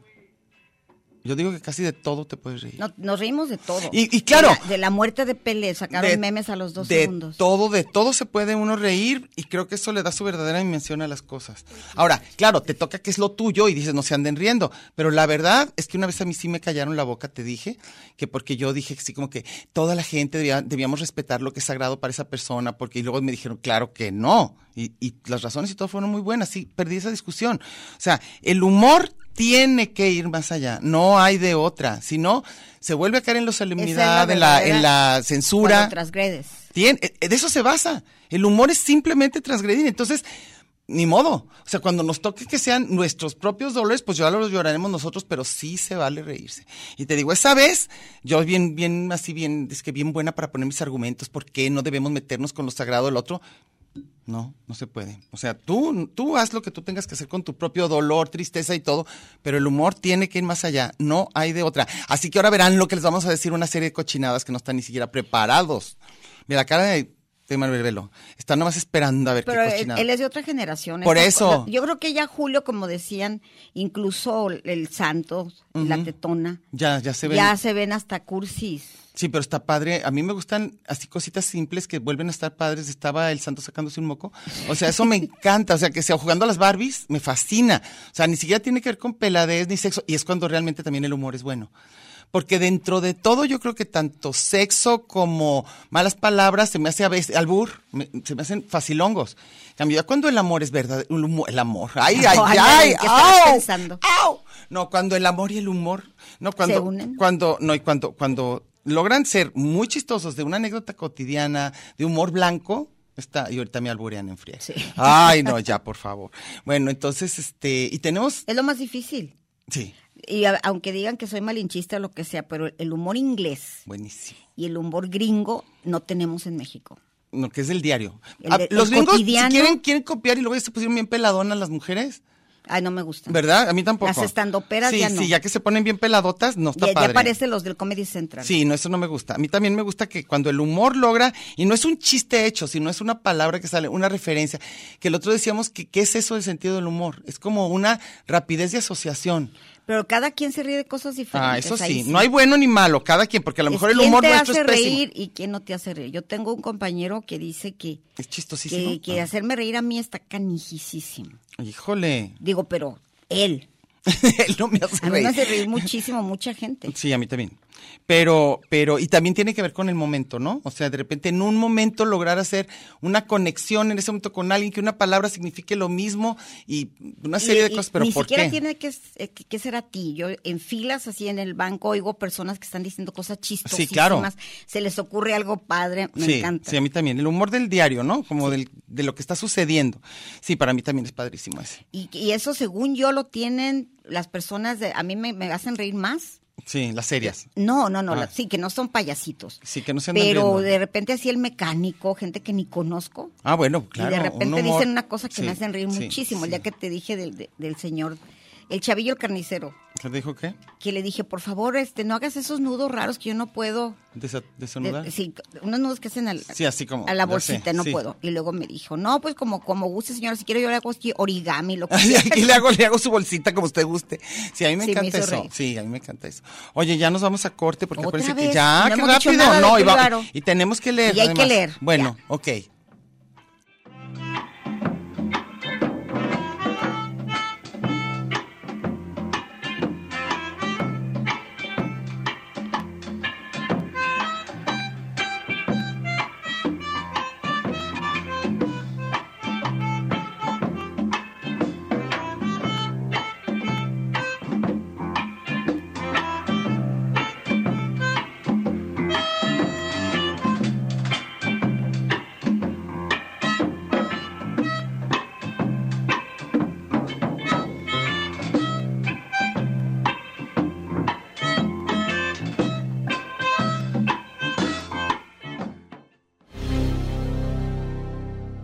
S3: Yo digo que casi de todo te puedes reír.
S1: No, nos reímos de todo.
S3: Y- y claro.
S1: De la, de la muerte de Pelé, sacaron
S3: De-
S1: memes a los dos
S3: de
S1: segundos.
S3: todo, de todo se puede uno reír y creo que eso le da su verdadera dimensión a las cosas. Ahora, claro, te toca que es lo tuyo y dices, no se anden riendo, pero la verdad es que una vez a mí sí me callaron la boca, te dije, que porque yo dije que sí, como que toda la gente debía- debíamos respetar lo que es sagrado para esa persona, porque y luego me dijeron, claro que no, y, y las razones y todo fueron muy buenas, sí, perdí esa discusión. O sea, el humor... Tiene que ir más allá, no hay de otra, si no, se vuelve a caer en la solemnidad, en, la, en la
S1: verdadera-
S3: censura.
S1: Cuando transgredes.
S3: Tien- eh, de eso se basa. El humor es simplemente transgredir. Entonces, ni modo. O sea, cuando nos toque que sean nuestros propios dolores, pues ya los lloraremos nosotros, pero sí se vale reírse. Y te digo, esa vez, yo bien, bien, así bien, es que bien buena para poner mis argumentos, por qué no debemos meternos con lo sagrado del otro. No, no se puede. O sea, tú, tú haz lo que tú tengas que hacer con tu propio dolor, tristeza y todo, pero el humor tiene que ir más allá. No hay de otra. Así que ahora verán lo que les vamos a decir, una serie de cochinadas que no están ni siquiera preparados. Mira, la cara de, de Manuel Velo está nomás esperando a ver
S1: Pero
S3: qué
S1: él,
S3: cochinada.
S1: él es de otra generación.
S3: Por
S1: Estas
S3: eso.
S1: cosas- Yo creo que ya Julio, como decían, incluso el Santos, la Tetona,
S3: Ya, ya se ve.
S1: ya se ven hasta cursis.
S3: Sí, pero está padre. A mí me gustan así cositas simples que vuelven a estar padres. Estaba el santo sacándose un moco. O sea, eso me encanta. O sea, que sea jugando a las Barbies, me fascina. O sea, ni siquiera tiene que ver con peladez ni sexo. Y es cuando realmente también el humor es bueno. Porque dentro de todo, yo creo que tanto sexo como malas palabras se me hace a veces albur, me- se me hacen facilongos. En Cambio, ya cuando el amor es verdad, el, humo- el amor. Ay, ay, ay,
S1: (laughs) Ay, ay, ¿qué estabas
S3: au,
S1: pensando?
S3: au. No, cuando el amor y el humor, no cuando
S1: Se unen.
S3: cuando no y cuando cuando logran ser muy chistosos de una anécdota cotidiana de humor blanco está y ahorita me alburean en frío
S1: Sí. (laughs)
S3: ay no ya por favor bueno entonces este y tenemos
S1: Es lo más difícil.
S3: sí
S1: Y a- aunque digan que soy malinchista o lo que sea, pero el humor inglés
S3: buenísimo
S1: y el humor gringo no tenemos en México.
S3: no, que es del diario.
S1: El
S3: Ah,
S1: de-
S3: los
S1: el
S3: gringos,
S1: cotidiano.
S3: si quieren, quieren copiar y luego ya se pusieron bien peladonas las mujeres,
S1: Ay, no me gusta.
S3: ¿verdad? A mí tampoco.
S1: Las estandoperas
S3: sí,
S1: ya no.
S3: Sí, ya que se ponen bien peladotas, no está
S1: Ya,
S3: padre.
S1: ya parecen los del Comedy Central.
S3: Sí, no, eso no me gusta. A mí también me gusta que cuando el humor logra, y no es un chiste hecho, sino es una palabra que sale, una referencia, que el otro decíamos que qué es eso del sentido del humor. Es como una rapidez de asociación.
S1: Pero cada quien se ríe de cosas diferentes.
S3: Ah, eso
S1: ahí
S3: sí, no hay bueno ni malo, cada quien, porque a lo
S1: Es
S3: mejor el
S1: quién
S3: humor
S1: te
S3: nuestro
S1: hace
S3: es pésimo.
S1: reír y quién no te hace reír. Yo tengo un compañero que dice que,
S3: Es chistosísimo.
S1: que, que
S3: Ah.
S1: hacerme reír a mí está canijisísimo.
S3: Híjole,
S1: Digo, pero él.
S3: él no me hace
S1: A mí
S3: reír.
S1: me hace reír muchísimo mucha gente.
S3: Sí, a mí también. Pero, pero, y también tiene que ver con el momento, ¿no? O sea, de repente en un momento lograr hacer una conexión en ese momento con alguien, que una palabra signifique lo mismo y una serie
S1: Y-
S3: de
S1: y
S3: cosas, pero
S1: ni
S3: ¿por
S1: siquiera
S3: qué?
S1: tiene que, eh, que- que ser a ti. Yo en filas así en el banco oigo personas que están diciendo cosas chistosísimas.
S3: claro.
S1: Se les ocurre algo padre, me
S3: sí,
S1: encanta.
S3: sí, a mí también. El humor del diario, ¿no? Como del, de lo que está sucediendo. Sí, para mí también es padrísimo ese.
S1: y, y eso según yo lo tienen las personas, de, a mí me, me hacen reír más.
S3: Sí, las serias.
S1: No, no, no,
S3: Ah.
S1: la- sí, que no son payasitos.
S3: Sí, que no se andan
S1: Pero
S3: riendo.
S1: de repente así el mecánico, gente que ni conozco.
S3: Ah, bueno, claro.
S1: y de
S3: un
S1: repente
S3: humor-
S1: dicen una cosa que
S3: sí,
S1: me hacen reír
S3: sí,
S1: muchísimo.
S3: sí.
S1: Ya que te dije del, de- del señor, el chavillo el carnicero,
S3: ¿Te dijo qué?
S1: que le dije, por favor, este, no hagas esos nudos raros que yo no puedo.
S3: ¿Desa-
S1: De-
S3: ¿Desanudar?
S1: sí, unos nudos que hacen al-
S3: Sí, así como-
S1: a la
S3: ya sé,
S1: bolsita, no
S3: sí.
S1: puedo. Y luego me dijo, no, pues como, como guste, señora, si quiero yo le hago aquí origami,
S3: (laughs)
S1: lo que
S3: Ay,
S1: quiera".
S3: Aquí le hago, le hago su bolsita como usted guste. Sí, a mí me
S1: Sí, me
S3: encanta
S1: hizo
S3: eso.
S1: reír.
S3: Sí, a mí me encanta eso. Oye, ya nos vamos a corte porque
S1: ¿Otra
S3: parece que
S1: vez?
S3: ya,
S1: No
S3: qué
S1: hemos dicho
S3: rápido.
S1: nada de
S3: no, y, va-
S1: Pílvaro.
S3: y tenemos que leer.
S1: Y hay que
S3: además.
S1: leer,
S3: Bueno,
S1: ya.
S3: ok.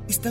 S6: Está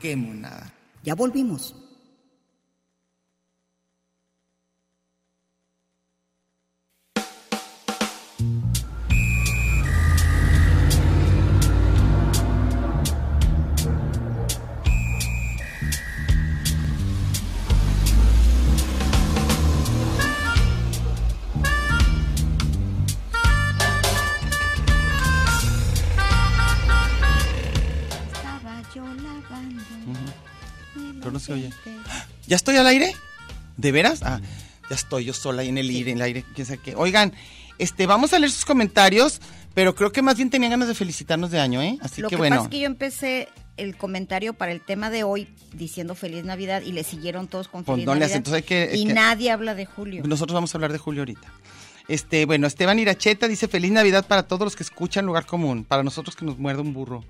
S6: Qué monada.
S1: Ya volvimos. Estaba yo lavando.
S3: Pero no se oye.
S1: Este,
S3: ¿Ya estoy al aire? ¿De veras? Ah, ya estoy yo sola ahí en el, aire, en el aire, quién sabe qué. Oigan, este, vamos a leer sus comentarios, pero creo que más bien tenían ganas de felicitarnos de año, ¿eh? Así
S1: Lo
S3: que,
S1: que
S3: bueno.
S1: pasa es que yo empecé el comentario para el tema de hoy diciendo Feliz Navidad y le siguieron todos con
S3: Pues
S1: Feliz
S3: no le
S1: Navidad.
S3: hacen, entonces hay que-
S1: y
S3: que-
S1: nadie habla de Julio.
S3: Nosotros vamos a hablar de Julio ahorita. Este, bueno, Esteban Iracheta dice feliz Navidad para todos los que escuchan Lugar Común, para nosotros que nos muerde un burro.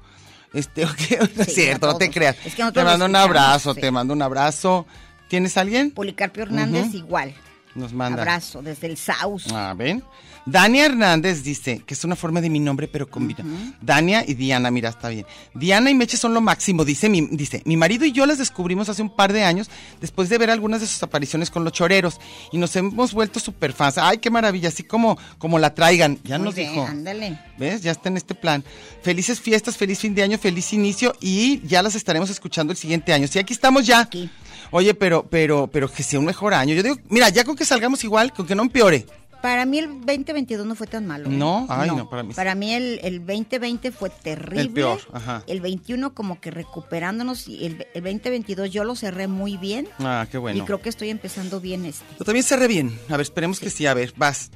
S3: Este, (laughs) ok, no
S1: Sí,
S3: es cierto,
S1: a
S3: no te
S1: todos.
S3: creas.
S1: Es que nosotros
S3: te mando
S1: lo
S3: un
S1: escuchamos,
S3: abrazo,
S1: sí. Pues,
S3: te mando un abrazo. ¿Tienes alguien?
S1: Policarpio Hernández
S3: Ujú.
S1: igual.
S3: Nos manda.
S1: Abrazo desde el Saus.
S3: Ah, ven. Dania Hernández dice que es una forma de mi nombre, pero combina. Dania y Diana, mira, está bien. Diana y Meche son lo máximo, dice mi, dice. Mi marido y yo las descubrimos hace un par de años después de ver algunas de sus apariciones con los choreros y nos hemos vuelto superfans. Ay, qué maravilla, así como, como la traigan. Ya
S1: Muy
S3: nos
S1: bien,
S3: dijo.
S1: Ándale.
S3: ¿Ves? Ya está en este plan. Felices fiestas, feliz fin de año, feliz inicio y ya las estaremos escuchando el siguiente año. Sí, aquí estamos ya.
S1: Aquí.
S3: Oye, pero, pero, pero que sea un mejor año. Yo digo, mira, ya con que salgamos igual, con que no empeore.
S1: Para mí el 2022 no fue tan malo. ¿eh?
S3: No, ay, no, para mí sí.
S1: Para mí el, el 2020 fue terrible.
S3: El peor, ajá.
S1: El 21 como que recuperándonos y el, el 2022 yo lo cerré muy bien.
S3: Ah, qué bueno.
S1: Y creo que estoy empezando bien este.
S3: Yo también cerré bien. A ver, esperemos que sí. A ver, vas.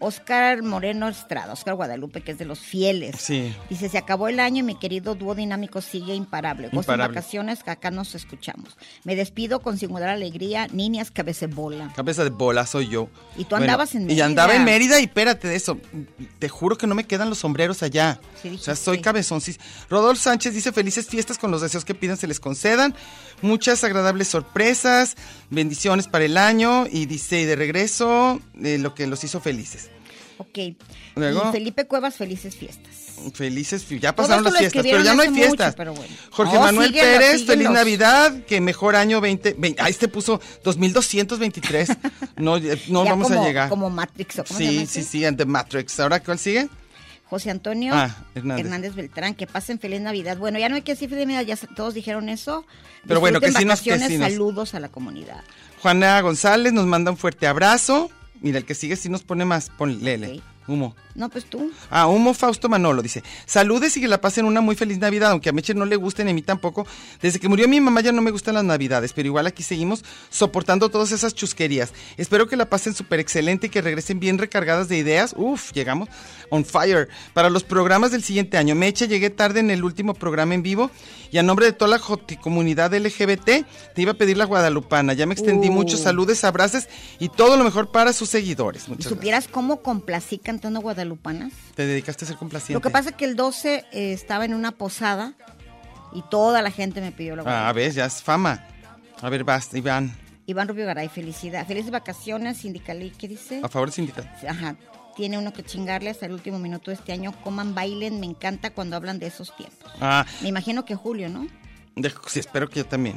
S1: Oscar Moreno Estrada, Oscar Guadalupe, que es de los fieles.
S3: Sí.
S1: Dice, se acabó el año y mi querido dúo dinámico sigue imparable. Gozan
S3: Imparable.
S1: vacaciones, que acá nos escuchamos. Me despido con singular alegría, niñas cabecebola.
S3: Cabeza de bola soy yo.
S1: Y tú andabas en
S3: Y
S1: Mérida.
S3: andaba en Mérida y espérate de eso. Te juro que no me quedan los sombreros allá.
S1: Sí,
S3: o sea,
S1: dijiste.
S3: soy cabezón. sí. Rodolfo Sánchez dice felices fiestas con los deseos que pidan se les concedan. Muchas agradables sorpresas, bendiciones para el año y dice y de regreso eh, lo que los hizo felices.
S1: Ok.
S3: Luego.
S1: Y Felipe Cuevas, felices fiestas.
S3: Felices, fi- ya
S1: Todos
S3: pasaron las
S1: lo
S3: fiestas, pero ya
S1: escribieron
S3: no hay
S1: hace mucho,
S3: fiestas.
S1: pero bueno.
S3: Jorge
S1: No,
S3: Manuel
S1: síguenos,
S3: Pérez, feliz
S1: síguenos.
S3: Navidad, que mejor año 20, vein- Ahí te puso 2223. no eh, no
S1: Ya
S3: vamos
S1: como-
S3: a llegar.
S1: Como Matrix, ¿o cómo se
S3: sí,
S1: llama este?
S3: sí,
S1: ese?
S3: sí, and The Matrix. ¿Ahora cuál sigue?
S1: José Antonio
S3: Ah, Hernández.
S1: Beltrán, que pasen feliz Navidad. Bueno, ya no hay que decir feliz Navidad, ya se- todos dijeron eso.
S3: Pero bueno, que
S1: Disfruten
S3: sí nos- que
S1: vacaciones,
S3: sí nos-
S1: saludos a la comunidad.
S3: Juana González nos manda un fuerte abrazo. Mira, el que sigue sí nos pone más. Pon, lele.
S1: Ok.
S3: Humo.
S1: No, pues tú.
S3: Ah, Humo Fausto Manolo dice, saludes y que la pasen una muy feliz Navidad, aunque a Meche no le guste ni a mí tampoco. Desde que murió mi mamá ya no me gustan las Navidades, pero igual aquí seguimos soportando todas esas chusquerías. Espero que la pasen súper excelente y que regresen bien recargadas de ideas. Uf, llegamos on fire. Para los programas del siguiente año, Meche, llegué tarde en el último programa en vivo y a nombre de toda la joti- comunidad LGBT te iba a pedir la guadalupana. Ya me extendí
S1: Uh.
S3: muchos saludes, abrazos y todo lo mejor para sus seguidores.
S1: ¿Y
S3: Muchas gracias.
S1: supieras cómo complací cantando guadalupanas?
S3: Te dedicaste a ser complaciente.
S1: Lo que pasa es que el 12 eh, estaba en una posada y toda la gente me pidió la
S3: Ah, a
S1: guadalupa.
S3: ver, ya es fama. A ver, vas, Iván,
S1: Iván Rubio Garay, felicidad. Felices vacaciones, sindicalí, ¿qué dice?
S3: a favor sindical.
S1: Ajá. Tiene uno que chingarle hasta el último minuto de este año. Coman, bailen, me encanta cuando hablan de esos tiempos.
S3: Ah,
S1: Me imagino que Julio, ¿no?
S3: de- sí, espero que yo también.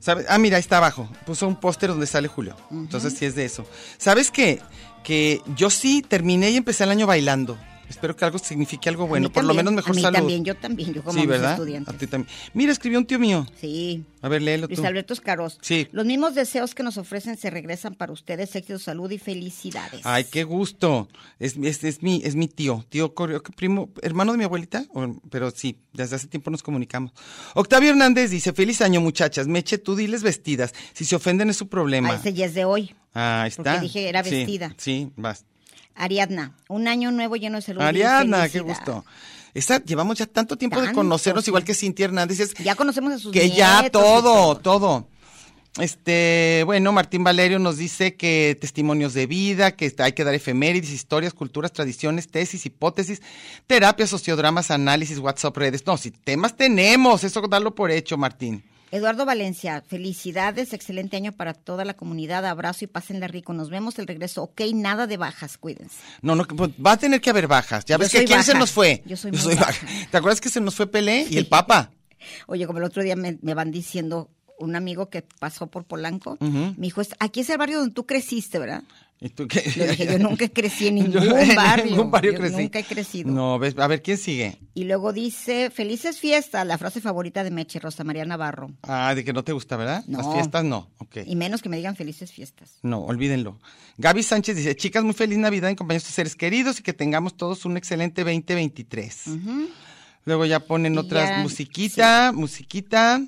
S3: ¿Sabe? Ah, mira, ahí está abajo. Puso un póster donde sale Julio. Entonces sí es de eso. ¿Sabes qué? Que yo sí terminé y empecé el año bailando. Espero que algo signifique algo
S1: A
S3: bueno.
S1: mí
S3: Por lo
S1: también,
S3: menos mejor
S1: a mí
S3: salud.
S1: también, yo también, yo como
S3: sí,
S1: mis
S3: ¿verdad?
S1: estudiantes.
S3: A ti también. Mira, escribió un tío mío.
S1: Sí.
S3: A ver, léelo
S1: Luis
S3: tú.
S1: Alberto Escaroz.
S3: Sí.
S1: Los mismos deseos que nos ofrecen se regresan para ustedes. Éxito, salud y felicidades.
S3: Ay, qué gusto. Es, es, es mi, es mi tío, tío Correo, que primo, hermano de mi abuelita, o- pero sí, desde hace tiempo nos comunicamos. Octavio Hernández dice, feliz año muchachas, Meche, tú diles vestidas, si se ofenden es su
S1: Ah,
S3: problema.
S1: ese ya es de hoy.
S3: Ah, ahí está.
S1: Porque dije, era
S3: Sí,
S1: vestida.
S3: Sí, vas.
S1: Ariadna, un año nuevo lleno de salud. y
S3: Ariana, qué
S1: felicidad.
S3: gusto. Esa, llevamos ya tanto tiempo de
S1: Tanto,
S3: conocernos,
S1: sí.
S3: igual que Cintia Hernández. es-
S1: Ya conocemos a sus
S3: que ya
S1: nietos y
S3: todo, todo. Este, bueno, Martín Valerio nos dice que testimonios de vida, que hay que dar efemérides, historias, culturas, tradiciones, tesis, hipótesis, terapias, sociodramas, análisis, WhatsApp, redes. No, si temas tenemos, eso darlo por hecho, Martín.
S1: Eduardo Valencia, felicidades, excelente año para toda la comunidad. Abrazo y pásenla rico. Nos vemos el regreso. Ok, nada de bajas, cuídense.
S3: No, no, que- pues, va a tener que haber bajas. Ya
S1: Yo
S3: ves que
S1: soy
S3: quién se
S1: baja.
S3: nos fue.
S1: Yo soy muy baja.
S3: ¿Te acuerdas que se nos fue Pelé y el Papa?
S1: Oye, como el otro día me, me van diciendo un amigo que pasó por Polanco, me dijo, "Es- aquí es el barrio donde tú creciste, ¿verdad?
S3: ¿Y tú qué?
S1: Le dije, yo
S3: (laughs)
S1: nunca crecí en ningún
S3: Yo-
S1: barrio.
S3: ningún barrio
S1: Yo
S3: crecí.
S1: nunca he crecido.
S3: No, ves, a ver quién sigue.
S1: Y luego dice, felices fiestas, la frase favorita de Meche, Rosa María Navarro.
S3: Ah, de que no te gusta, ¿verdad? Las
S1: No.
S3: fiestas no. Ok.
S1: Y menos que me digan felices fiestas.
S3: No, olvídenlo. Gaby Sánchez dice, chicas, muy feliz Navidad en compañía de sus seres queridos y que tengamos todos un excelente 2023. Luego ya ponen
S1: Mm. Y
S3: otras
S1: ya,
S3: musiquita, musiquita.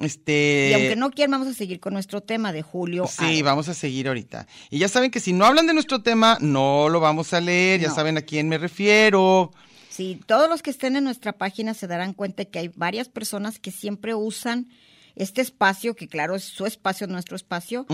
S3: Este...
S1: y aunque no quieran, vamos a seguir con nuestro tema de Julio.
S3: Sí,
S1: Aro.
S3: vamos a seguir ahorita. Y ya saben que si no hablan de nuestro tema, no lo vamos a leer. Ya
S1: No.
S3: saben a quién me refiero.
S1: Sí, todos los que estén en nuestra página se darán cuenta que hay varias personas que siempre usan este espacio, que claro, es su espacio, nuestro espacio,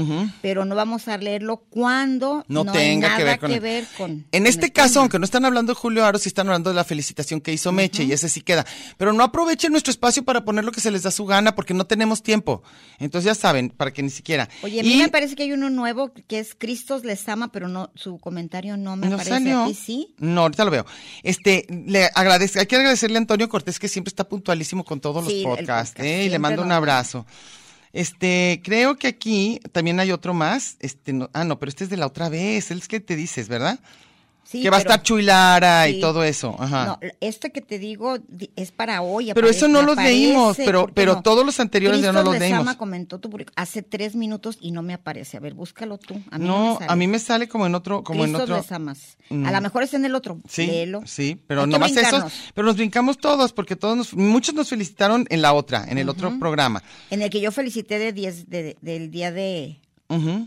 S1: pero no vamos a leerlo cuando
S3: no,
S1: hay
S3: tenga
S1: nada
S3: que ver con, el-
S1: con-
S3: en
S1: con
S3: este
S1: el
S3: caso
S1: tema.
S3: aunque no están hablando de Julio Aro sí están hablando de la felicitación que hizo Meche y ese sí queda pero no aprovechen nuestro espacio para poner lo que se les da su gana porque no tenemos tiempo entonces ya saben para que ni siquiera
S1: Oye, a
S3: y
S1: mí me parece que hay uno nuevo que es Cristos les ama, pero no su comentario no me
S3: no
S1: aparece
S3: salió.
S1: aquí, ¿sí?
S3: No, ahorita lo veo. Este, le agradezco, hay que agradecerle a Antonio Cortés que siempre está puntualísimo con todos
S1: Sí, el
S3: los podcasts,
S1: podcast,
S3: ¿eh? y le
S1: siempre
S3: mando
S1: nos
S3: un
S1: manda.
S3: abrazo. Este, creo que aquí también hay otro más, este, no- ah, no, pero este es de la otra vez, el es que te dices, ¿verdad?
S1: Sí,
S3: que va
S1: pero-
S3: a estar Chuilara y
S1: sí.
S3: todo eso, ajá.
S1: No, este que te digo di- es para hoy.
S3: Pero eso no
S1: me
S3: los leímos, pero-
S1: ¿por qué
S3: pero todos los anteriores ya no
S1: Cristos
S3: los
S1: Lezama
S3: leímos.
S1: comentó tu public- hace tres minutos y no me aparece. A ver, búscalo tú. A mí no,
S3: no,
S1: me sale.
S3: a mí me sale como en otro, como en
S1: Cristos
S3: otro.
S1: les amas.
S3: Mm.
S1: A lo mejor es en el otro.
S3: Sí,
S1: Léelo.
S3: sí, pero
S1: Hay que
S3: nomás esos,
S1: brincarnos.
S3: pero nos brincamos todos porque todos nos, muchos nos felicitaron en la otra, en el otro programa.
S1: En el que yo felicité de 10 de- del día de.
S3: Ujú.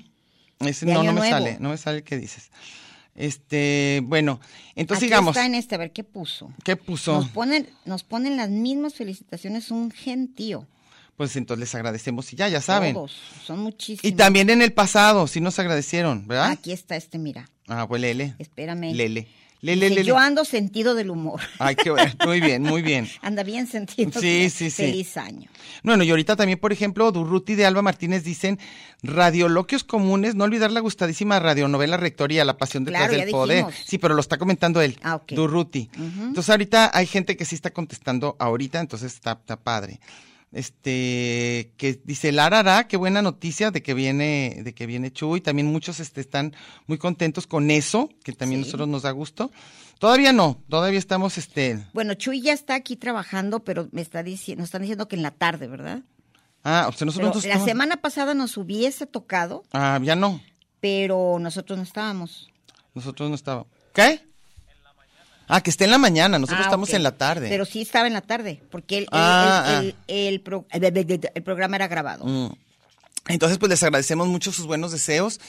S3: Ese
S1: De
S3: no,
S1: Año
S3: no me
S1: Nuevo.
S3: sale, no me sale el que dices. Este, bueno, entonces
S1: Aquí
S3: digamos,
S1: está en este, a ver qué puso.
S3: ¿qué puso?
S1: Nos ponen, nos ponen las mismas felicitaciones un gentío.
S3: Pues entonces les agradecemos y ya, ya saben.
S1: Todos, son muchísimos.
S3: Y también en el pasado, sí nos agradecieron, ¿verdad?
S1: Aquí está este, mira.
S3: Ah, pues lele.
S1: Espérame.
S3: Lele. Lele,
S1: Dice,
S3: lele.
S1: Yo ando sentido del humor.
S3: Ay, qué bueno. Muy bien, muy bien.
S1: Anda bien sentido.
S3: Sí,
S1: del-
S3: sí, sí.
S1: Feliz año.
S3: Bueno, y ahorita también, por ejemplo, Durruti de Alba Martínez dicen radioloquios comunes, no olvidar la gustadísima radionovela Rectoría, La Pasión detrás
S1: Claro, ya
S3: del poder.
S1: dijimos.
S3: Sí, pero lo está comentando él,
S1: Ah, ok.
S3: Durruti. Entonces ahorita hay gente que sí está contestando ahorita, entonces está, está padre. Este, que dice Larara, qué buena noticia de que viene, de que viene Chuy. También muchos este, están muy contentos con eso, que también nosotros nos da gusto. Todavía no, todavía estamos, este,
S1: Bueno, Chuy ya está aquí trabajando, pero me está diciendo, nos están diciendo que en la tarde, ¿verdad?
S3: ah, o sea,
S1: Pero
S3: nosotros no
S1: la
S3: estamos-
S1: semana pasada nos hubiese tocado,
S3: Ah, ya no.
S1: pero nosotros no estábamos.
S3: Nosotros no estábamos. ¿Qué? Ah, que esté en la mañana, nosotros
S1: Ah,
S3: estamos
S1: ok.
S3: en la tarde.
S1: Pero sí estaba en la tarde, porque el, el-
S3: Ah,
S1: el- el pro- el programa era grabado.
S3: Mm. Entonces, pues les agradecemos mucho sus buenos deseos.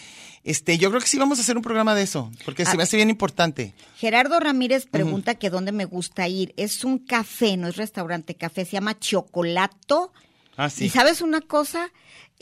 S3: Este, yo creo que sí vamos a hacer un programa de eso, porque se
S1: Ah.
S3: me hace bien importante.
S1: Gerardo Ramírez pregunta que dónde me gusta ir. Es un café, no es restaurante, café, se llama Chocolato.
S3: Ah,
S1: Y sabes una cosa,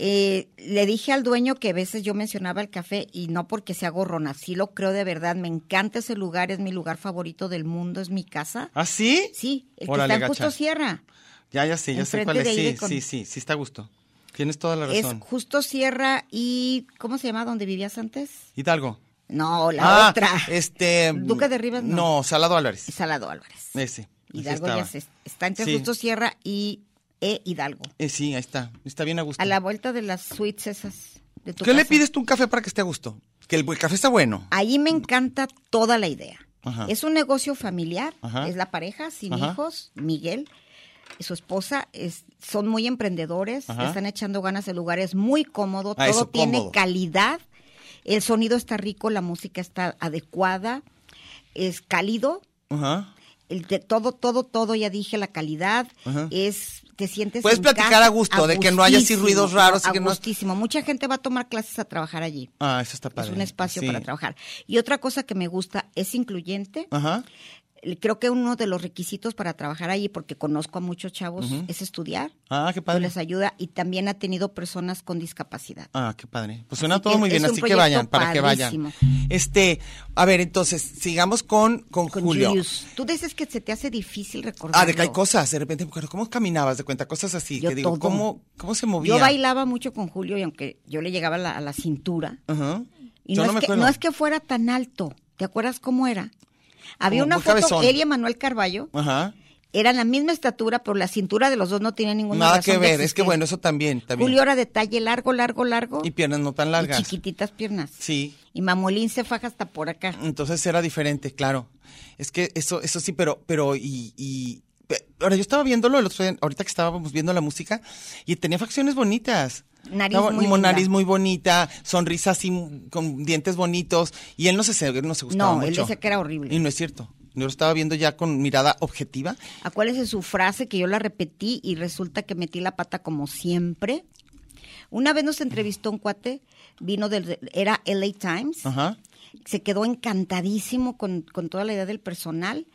S1: Eh, le dije al dueño que a veces yo mencionaba el café y no porque sea gorrona, sí lo creo de verdad, me encanta ese lugar, es mi lugar favorito del mundo, es mi casa.
S3: ¿Ah, sí?
S1: Sí, el que está
S3: Órale,
S1: en
S3: gacha.
S1: Justo Sierra.
S3: Ya, ya sé, ya sé
S1: Enfrente
S3: cuál
S1: de
S3: es.
S1: ahí
S3: Sí,
S1: de con-
S3: sí, sí, sí está a gusto. Tienes toda la
S1: Es
S3: razón.
S1: Justo Sierra y ¿cómo se llama donde vivías antes?
S3: Hidalgo.
S1: No, la
S3: Ah,
S1: otra.
S3: Este.
S1: Duque de Rivas no.
S3: No, Salado Álvarez.
S1: Salado Álvarez.
S3: Ese. ese
S1: Hidalgo
S3: pues estaba.
S1: ya se, está entre
S3: Sí.
S1: Justo Sierra y E Hidalgo.
S3: Eh, sí, ahí está. Está bien a gusto.
S1: A la vuelta de las suites esas de tu
S3: ¿Qué le
S1: casa.
S3: pides tú un café para que esté a gusto? Que el, el café está bueno.
S1: Ahí me encanta toda la idea.
S3: Ajá.
S1: Es un negocio familiar,
S3: Ajá.
S1: es la pareja, sin
S3: Ajá.
S1: hijos, Miguel, y su esposa, es- son muy emprendedores,
S3: Ajá.
S1: le están echando ganas, el lugar es muy cómodo,
S3: Ah,
S1: todo
S3: eso,
S1: tiene
S3: cómodo.
S1: calidad, el sonido está rico, la música está adecuada, es cálido,
S3: Ajá.
S1: el de- todo, todo, todo, ya dije, la calidad,
S3: Ajá.
S1: es, te sientes
S3: Puedes
S1: en
S3: platicar
S1: casa,
S3: a gusto, de que no haya así
S1: gustísimo,
S3: ruidos raros y
S1: A
S3: que no-
S1: gustísimo. Mucha gente va a tomar clases a trabajar allí.
S3: Ah, eso está padre.
S1: Es un espacio
S3: Sí.
S1: para trabajar. Y otra cosa que me gusta es incluyente.
S3: Ajá.
S1: Creo que uno de los requisitos para trabajar allí, porque conozco a muchos chavos, es estudiar.
S3: Ah, qué
S1: Eso
S3: padre.
S1: les ayuda y también ha tenido personas con discapacidad.
S3: Ah, qué padre. Pues suena
S1: Así
S3: todo
S1: que
S3: muy bien,
S1: es un
S3: así que
S1: proyecto
S3: vayan, para que vayan.
S1: padrísimo.
S3: Este, a ver, entonces, sigamos con, con,
S1: Con
S3: Julio.
S1: Julius. Tú dices que se te hace difícil recordar.
S3: Ah, de que hay cosas, de repente, me acuerdo, ¿cómo caminabas? De cuenta, cosas así,
S1: Yo
S3: que digo,
S1: todo.
S3: ¿cómo, ¿cómo se movía?
S1: Yo bailaba mucho con Julio y aunque yo le llegaba a la, a la cintura.
S3: Ajá.
S1: Y
S3: Yo
S1: no,
S3: no me
S1: es que,
S3: acuerdo.
S1: no es que fuera tan alto. ¿Te acuerdas cómo era? Había
S3: Como
S1: una
S3: muy
S1: foto,
S3: cabezón.
S1: él y Manuel Carballo,
S3: Ajá.
S1: eran la misma estatura, pero la cintura de los dos no tenía ninguna
S3: Nada
S1: razón
S3: que
S1: de
S3: ver, es que
S1: existir.
S3: bueno, eso también, también.
S1: Julio era de talle largo, largo, largo.
S3: y piernas no tan
S1: y
S3: largas.
S1: chiquititas piernas.
S3: Sí.
S1: Y Mamolín se faja hasta por acá.
S3: Entonces era diferente, claro. Es que eso, eso sí, pero, pero, y, y- pe- ahora yo estaba viéndolo el otro día, ahorita que estábamos viendo la música, y tenía facciones bonitas.
S1: Nariz
S3: Estaba-
S1: muy
S3: mo-
S1: linda.
S3: nariz muy bonita, sonrisa así con dientes bonitos, y él no se, se- no se gustaba
S1: No, él
S3: mucho.
S1: decía que era horrible.
S3: Y no es cierto. Yo lo estaba viendo ya con mirada objetiva.
S1: Acuérdese su frase que yo la repetí y resulta que metí la pata como siempre. Una vez nos entrevistó un cuate, vino del, era LA Times,
S3: Ajá.
S1: se quedó encantadísimo con, con toda la idea del personal.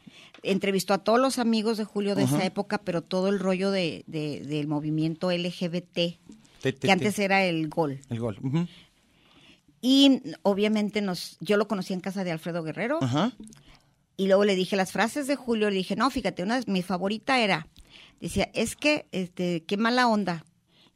S1: Entrevistó a todos los amigos de Julio de esa época, pero todo el rollo de, de- del movimiento LGBT,
S3: Te- te-
S1: que antes
S3: te-
S1: era el gol.
S3: El gol. Ujú.
S1: Y obviamente nos, yo lo conocí en casa de Alfredo Guerrero
S3: Ajá.
S1: y luego le dije las frases de Julio, le dije, no, fíjate, una de mi favorita era, decía, es que, este, qué mala onda.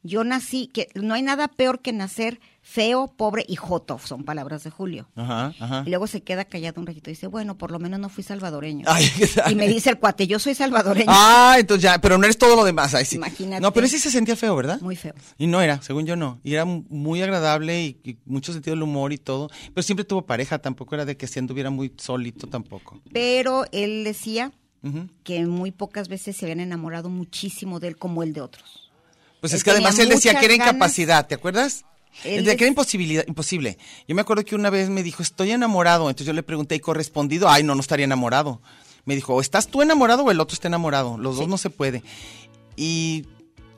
S1: Yo nací, que no hay nada peor que nacer feo, pobre y joto, son palabras de Julio.
S3: Ajá. Ajá.
S1: Y luego se queda callado un ratito y dice, bueno, por lo menos no fui salvadoreño.
S3: (laughs) (laughs) Ay, qué tal.
S1: y me dice el cuate, yo soy salvadoreño.
S3: Ah, entonces ya, pero no eres todo lo demás. Ahí sí.
S1: Imagínate.
S3: No, pero sí se sentía feo, ¿verdad?
S1: Muy feo.
S3: Y no era, según yo no. Y era m- muy agradable y, y mucho sentido del humor y todo. Pero siempre tuvo pareja, tampoco era de que se anduviera muy solito tampoco.
S1: Pero él decía
S3: Ujú.
S1: que muy pocas veces se habían enamorado muchísimo de él como él de otros.
S3: Pues
S1: Él
S3: es que además
S1: tenía
S3: él decía
S1: muchas
S3: que era
S1: ganas.
S3: incapacidad, ¿te acuerdas?
S1: Él
S3: Él decía que era
S1: es-
S3: imposibilidad, imposible. Yo me acuerdo que una vez me dijo, estoy enamorado. Entonces yo le pregunté, ¿y correspondido? Ay, no, no estaría enamorado. Me dijo, o estás tú enamorado o el otro está enamorado. Los dos no se puede. Y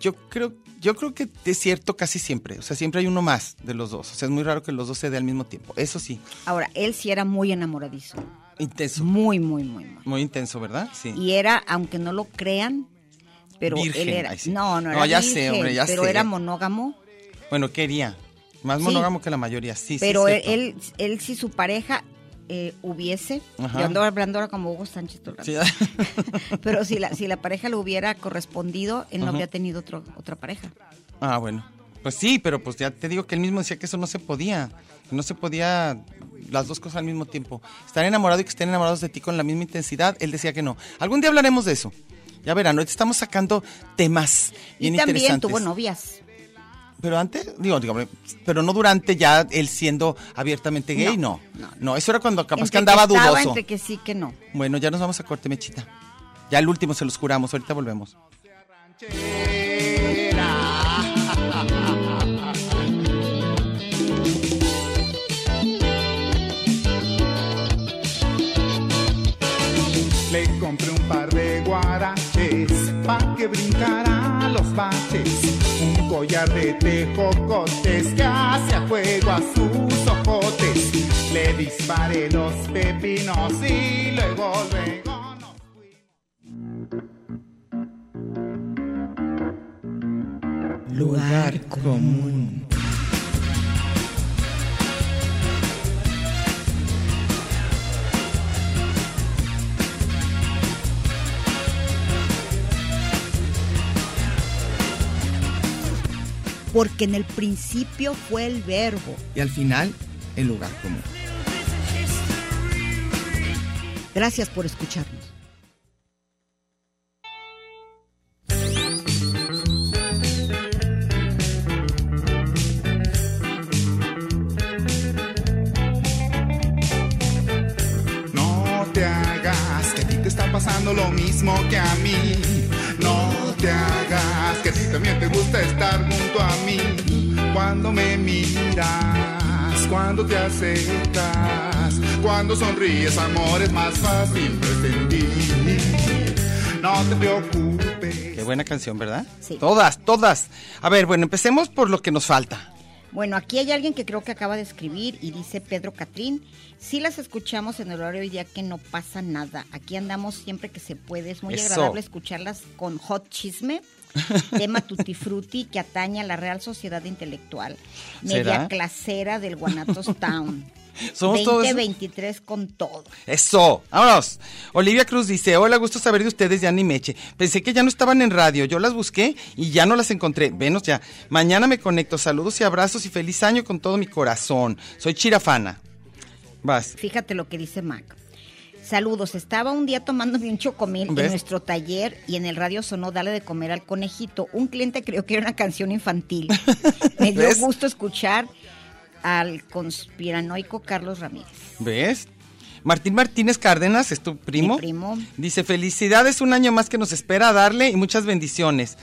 S3: Yo creo, yo creo que es cierto casi siempre. O sea, siempre hay uno más de los dos. O sea, es muy raro que los dos se dé al mismo tiempo. Eso sí,
S1: Ahora, él sí era muy enamoradizo.
S3: intenso.
S1: Muy, muy, muy, muy.
S3: Muy intenso, ¿verdad? Sí.
S1: Y era, aunque no lo crean, pero
S3: Virgen,
S1: él era.
S3: ay, sí.
S1: No, no
S3: No,
S1: era.
S3: ya sé,
S1: virgen,
S3: hombre, ya
S1: Pero
S3: sé.
S1: era monógamo.
S3: Bueno, quería. Más
S1: Sí.
S3: monógamo que la mayoría, sí. sí,
S1: pero
S3: es
S1: él,
S3: cierto.
S1: él, él si su pareja eh, hubiese,
S3: Ajá.
S1: yo ando hablando ahora como Hugo Sánchez todo el rato.
S3: Sí.
S1: (laughs) pero si la, si la pareja le hubiera correspondido, él no
S3: Ajá.
S1: habría tenido otro, otra pareja.
S3: (laughs) Ah, bueno. Pues sí, pero pues ya te digo que él mismo decía que eso no se podía. que No se podía las dos cosas al mismo tiempo. Estar enamorado y que estén enamorados de ti con la misma intensidad, él decía que no. Algún día hablaremos de eso. Ya verán, hoy estamos sacando temas bien
S1: y también
S3: interesantes.
S1: tuvo novias.
S3: Pero antes, digo, digo, pero no durante ya él siendo abiertamente gay, no.
S1: No,
S3: No,
S1: no,
S3: eso era cuando capaz
S1: Entre
S3: pues que andaba
S1: estaba,
S3: dudoso.
S1: Entre que sí, que no.
S3: Bueno, ya nos vamos a corte, mechita. Ya el último se los juramos, ahorita volvemos.
S2: Le compré un par de guaraches pa' que brincara los baches. Un collar de tejocotes que hace a fuego a sus ojotes. Le disparé los pepinos y luego, luego nos fuimos.
S6: Lugar común.
S1: Porque en el principio fue el verbo.
S6: Y al final, el lugar común.
S1: Gracias por escucharnos.
S2: No te hagas que a ti te está pasando lo mismo que a mí. No te hagas que a ti también te gusta estar junto a mí. Cuando me miras, cuando te acercas, cuando sonríes, amor es más fácil pretendir. No te preocupes.
S3: Qué buena canción, ¿verdad?
S1: Sí.
S3: Todas, todas. A ver, bueno, empecemos por lo que nos falta.
S1: Bueno, aquí hay alguien que creo que acaba de escribir y dice Pedro Catrín, sí las escuchamos en el horario y ya que no pasa nada. Aquí andamos siempre que se puede. Es muy
S3: Eso.
S1: agradable escucharlas con hot
S3: (laughs)
S1: chisme, tema tutti frutti que atañe a la Real Sociedad Intelectual, media
S3: ¿Será?
S1: clasera del Guanatos Town.
S3: (laughs) Somos todos-
S1: 2023 con todo.
S3: Eso, vámonos. Olivia Cruz dice, hola, gusto saber de ustedes, ya ni meche. Pensé que ya no estaban en radio, yo las busqué y ya no las encontré. Venos ya. Mañana me conecto, saludos y abrazos y feliz año con todo mi corazón. Soy chirafana. Vas.
S1: Fíjate lo que dice Mac. Saludos, estaba un día tomándome un chocomil
S3: ¿Ves?
S1: en nuestro taller y en el radio sonó Dale de comer al conejito. Un cliente creyó que era una canción
S3: (laughs)
S1: infantil. Me dio
S3: ¿Ves?
S1: gusto escuchar al conspiranoico Carlos Ramírez.
S3: ¿Ves? Martín Martínez Cárdenas, es tu primo.
S1: Mi primo.
S3: Dice, felicidades, un año más que nos espera darle y muchas bendiciones.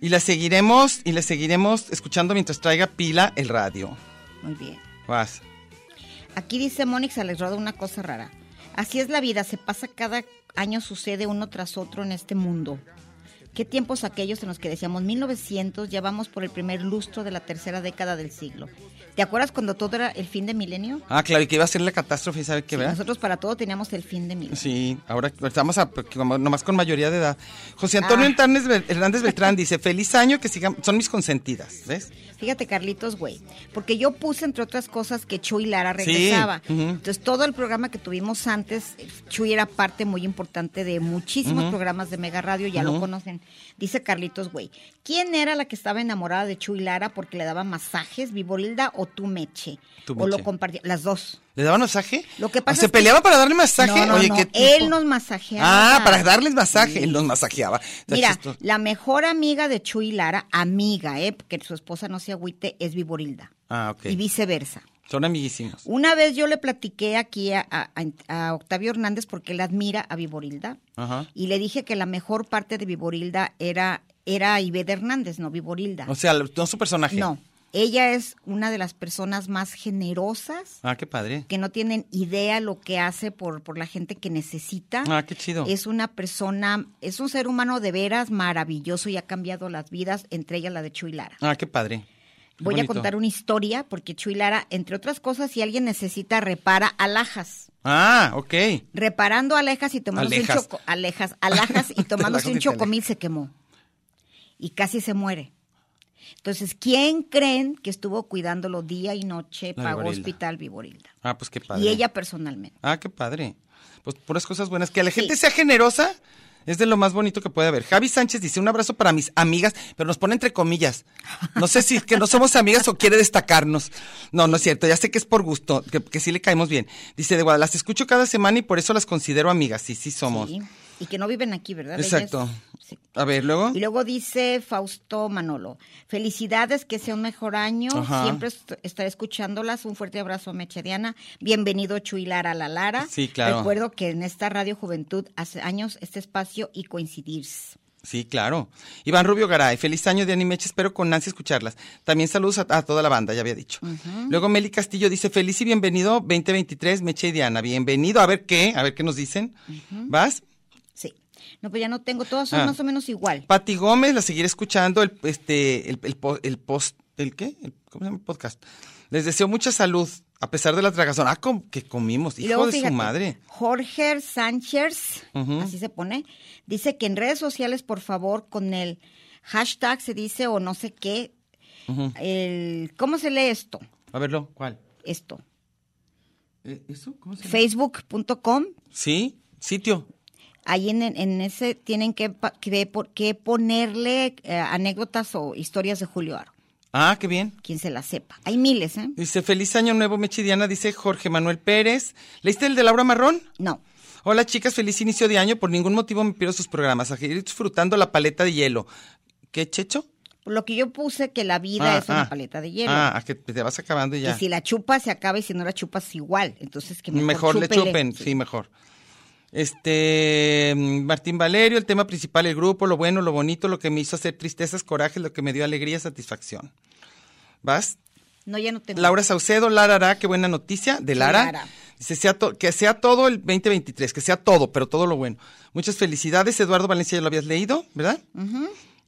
S3: Y la seguiremos, y la seguiremos escuchando mientras traiga pila el radio.
S1: Muy bien.
S3: Vas.
S1: Aquí dice Mónix Alexroda una cosa rara. Así es la vida, se pasa cada año, sucede uno tras otro en este mundo. ¿Qué tiempos aquellos en los que decíamos 1900, ya vamos por el primer lustro de la tercera década del siglo? ¿Te acuerdas cuando todo era el fin de milenio?
S3: Ah, claro, y que iba a ser la catástrofe, ¿sabe qué,
S1: Sí,
S3: verdad?
S1: nosotros para todo teníamos el fin de milenio.
S3: Sí, ahora estamos a, como- nomás con mayoría de edad. José Antonio
S1: Ah.
S3: Hernández, Bel- Hernández Beltrán dice, feliz año, que sigan, son mis consentidas, ¿ves?
S1: Fíjate, Carlitos, güey, porque yo puse, entre otras cosas, que Chuy Lara
S3: Sí,
S1: regresaba.
S3: ujú.
S1: Entonces, todo el programa que tuvimos antes, eh, Chuy era parte muy importante de muchísimos programas de Mega Radio, ya lo conocen. Dice Carlitos, güey, ¿quién era la que estaba enamorada de Chuy Lara porque le daba masajes, Viborilda o tú Meche?
S3: Tú
S1: O lo
S3: Meche.
S1: compartía, las dos.
S3: ¿Le daban masaje?
S1: Lo que
S3: ¿Ah,
S1: pasa
S3: ¿Se
S1: es que-
S3: peleaba para darle masaje?
S1: No, no,
S3: Oye,
S1: no,
S3: ¿qué tipo?
S1: él nos masajeaba.
S3: Ah, para darles masaje, él nos masajeaba. Está
S1: Mira,
S3: chistoso.
S1: la mejor amiga de Chuy Lara, amiga, eh, que su esposa no se agüite, es Viborilda.
S3: Ah, ok.
S1: Y viceversa.
S3: Son amiguísimos.
S1: Una vez yo le platiqué aquí a, a- a Octavio Hernández porque él admira a Viborilda
S3: Ajá.
S1: y le dije que la mejor parte de Viborilda era, era Ivette Hernández, no Viborilda.
S3: O sea, no su personaje.
S1: no, Ella es una de las personas más generosas
S3: Ah, qué padre.
S1: que no tienen idea lo que hace por, por la gente que necesita.
S3: Ah, qué chido.
S1: Es una persona, es un ser humano de veras maravilloso y ha cambiado las vidas, entre ellas la de Chuy Lara.
S3: Ah, qué padre. Qué
S1: Voy a
S3: bonito.
S1: contar una historia porque Chuy Lara, entre otras cosas, si alguien necesita, repara alhajas.
S3: Ah, ok.
S1: Reparando alejas y tomándose
S3: Alejas.
S1: un choco, alejas, alhajas
S3: (laughs)
S1: y tomándose
S3: Alhajas
S1: un
S3: y
S1: chocomil se quemó. Y casi se muere. Entonces, ¿quién creen que estuvo cuidándolo día y noche?
S3: La
S1: pagó
S3: Viborilda.
S1: hospital Viborilda.
S3: Ah, pues qué padre.
S1: Y ella personalmente.
S3: Ah, qué padre. Pues puras cosas buenas. Que la
S1: Sí.
S3: gente sea generosa es de lo más bonito que puede haber. Javi Sánchez dice un abrazo para mis amigas, pero nos pone entre comillas. No sé si es que no somos amigas o quiere destacarnos. No, no es cierto. Ya sé que es por gusto, que, que sí le caemos bien. Dice de Guadalajara, las escucho cada semana y por eso las considero amigas. Sí, sí somos.
S1: Sí. Y que no viven aquí, ¿verdad? Ellas-
S3: Exacto.
S1: Sí.
S3: A ver, luego.
S1: Y luego dice Fausto Manolo, felicidades, que sea un mejor año,
S3: Ajá.
S1: siempre est- estaré escuchándolas, un fuerte abrazo Mechediana, bienvenido Chuy Lara la Lara.
S3: Sí, claro.
S1: Recuerdo que en esta Radio Juventud hace años este espacio y coincidirse.
S3: Sí, claro. Iván Rubio Garay, feliz año de Animeche, espero con Nancy escucharlas. También saludos a, a toda la banda, ya había dicho. Luego Meli Castillo dice, feliz y bienvenido 2023, Meche y Diana, bienvenido. A ver qué, a ver qué nos dicen. ¿Vas?
S1: Sí. No, pues ya no tengo, todas son
S3: Ah.
S1: más o menos igual.
S3: Pati Gómez, la seguiré escuchando, el, este, el, el po- el post, ¿el qué? El- ¿Cómo se llama el podcast? Les deseo mucha salud, a pesar de la tragazón. Ah, com- que comimos,
S1: Y
S3: hijo
S1: luego,
S3: de
S1: fíjate,
S3: su madre.
S1: Jorge Sánchez, así se pone, dice que en redes sociales, por favor, con el hashtag se dice o no sé qué, el, ¿cómo se lee esto?
S3: A verlo, ¿cuál? Eh,
S1: Esto.
S3: ¿Eso? ¿Cómo se
S1: Facebook.com,
S3: Sí, sitio.
S1: ahí en, en ese tienen que, pa- que, por- que ponerle eh, anécdotas o historias de Julio Aro,
S3: Ah, qué bien.
S1: quien se las sepa. Hay miles, ¿eh?
S3: Dice, feliz año nuevo, Mechidiana, dice Jorge Manuel Pérez. ¿Leíste el de Laura Marrón?
S1: No.
S3: Hola chicas, feliz inicio de año. Por ningún motivo me pierdo sus programas. A seguir disfrutando la paleta de hielo. ¿Qué, Checho?
S1: Lo que yo puse que la vida
S3: Ah,
S1: es una
S3: ah.
S1: paleta de hielo.
S3: Ah, a que te vas acabando y
S1: Y
S3: ya.
S1: si la chupas se acaba y si no la chupas igual. Entonces que
S3: mejor
S1: mejor,
S3: le
S1: chúpele.
S3: chupen, sí. mejor. Este, mm, Martín Valerio, el tema principal, el grupo, lo bueno, lo bonito, lo que me hizo hacer tristezas, corajes, lo que me dio alegría, satisfacción. ¿Vas?
S1: No, ya no tengo.
S3: Laura Saucedo, Lara, Ara, qué buena noticia de
S1: Sí,
S3: Lara.
S1: Lara.
S3: Dice, sea to- que sea todo el 2023, que sea todo, pero todo lo bueno. Muchas felicidades, Eduardo Valencia, ya lo habías leído, ¿verdad?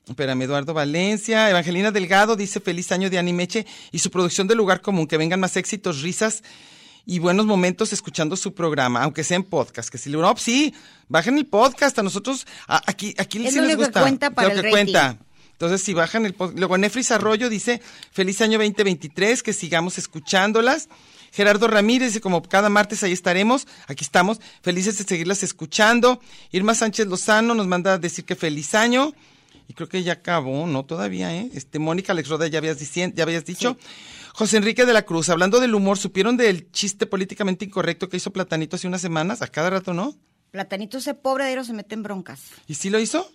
S3: Espérame, Eduardo Valencia. Evangelina Delgado dice, feliz año de Animeche y su producción de Lugar Común, que vengan más éxitos, risas y buenos momentos escuchando su programa, aunque sea en podcast, que si le no, pues sí, bajen el podcast, a nosotros, a- aquí, aquí
S1: Es
S3: sí
S1: lo
S3: les
S1: único que
S3: gusta.
S1: cuenta para
S3: lo
S1: el
S3: que
S1: rating.
S3: cuenta. Entonces, si bajan el podcast, luego Nefris Arroyo dice, feliz año 2023, que sigamos escuchándolas. Gerardo Ramírez dice, como cada martes ahí estaremos, aquí estamos, felices de seguirlas escuchando. Irma Sánchez Lozano nos manda a decir que feliz año. Y creo que ya acabó, ¿no? Todavía, ¿eh? Este, Mónica Alex Roda, ya habías, dicien- ya habías dicho. José Enrique de la Cruz, hablando del humor, ¿supieron del chiste políticamente incorrecto que hizo Platanito hace unas semanas? A cada rato, ¿no?
S1: Platanito ese pobre se mete en broncas.
S3: ¿Y sí lo hizo?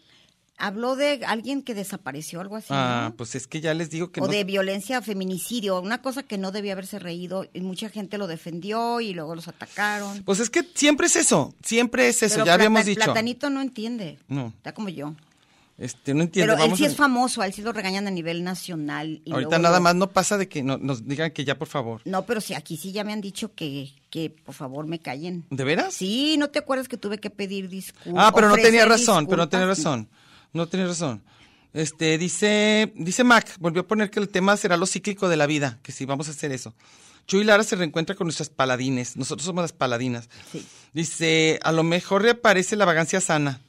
S1: Habló de alguien que desapareció, algo así.
S3: Ah,
S1: ¿no?
S3: pues es que ya les digo que
S1: o
S3: no.
S1: de violencia, feminicidio, una cosa que no debía haberse reído y mucha gente lo defendió y luego los atacaron.
S3: Pues es que siempre es eso, siempre es eso,
S1: Pero
S3: ya habíamos
S1: Plata-
S3: dicho.
S1: Platanito no entiende.
S3: No.
S1: Está como yo.
S3: Este, no entiendo.
S1: Pero él
S3: vamos
S1: sí
S3: a-
S1: es famoso, a él sí lo regañan a nivel nacional. y
S3: Ahorita
S1: luego
S3: nada
S1: lo-
S3: más no pasa de que no- nos digan que ya, por favor.
S1: No, pero sí, aquí sí ya me han dicho que, que por favor me callen.
S3: ¿De veras?
S1: Sí, ¿no te acuerdas que tuve que pedir disculpas?
S3: Ah, pero no tenía razón, pero no tenía razón. No tenía razón. Este, dice, dice Mac, volvió a poner que el tema será lo cíclico de la vida, que sí, vamos a hacer eso. Chuy Lara se reencuentra con nuestras paladines, nosotros somos las paladinas.
S1: Sí.
S3: Dice, a lo mejor reaparece la vagancia sana.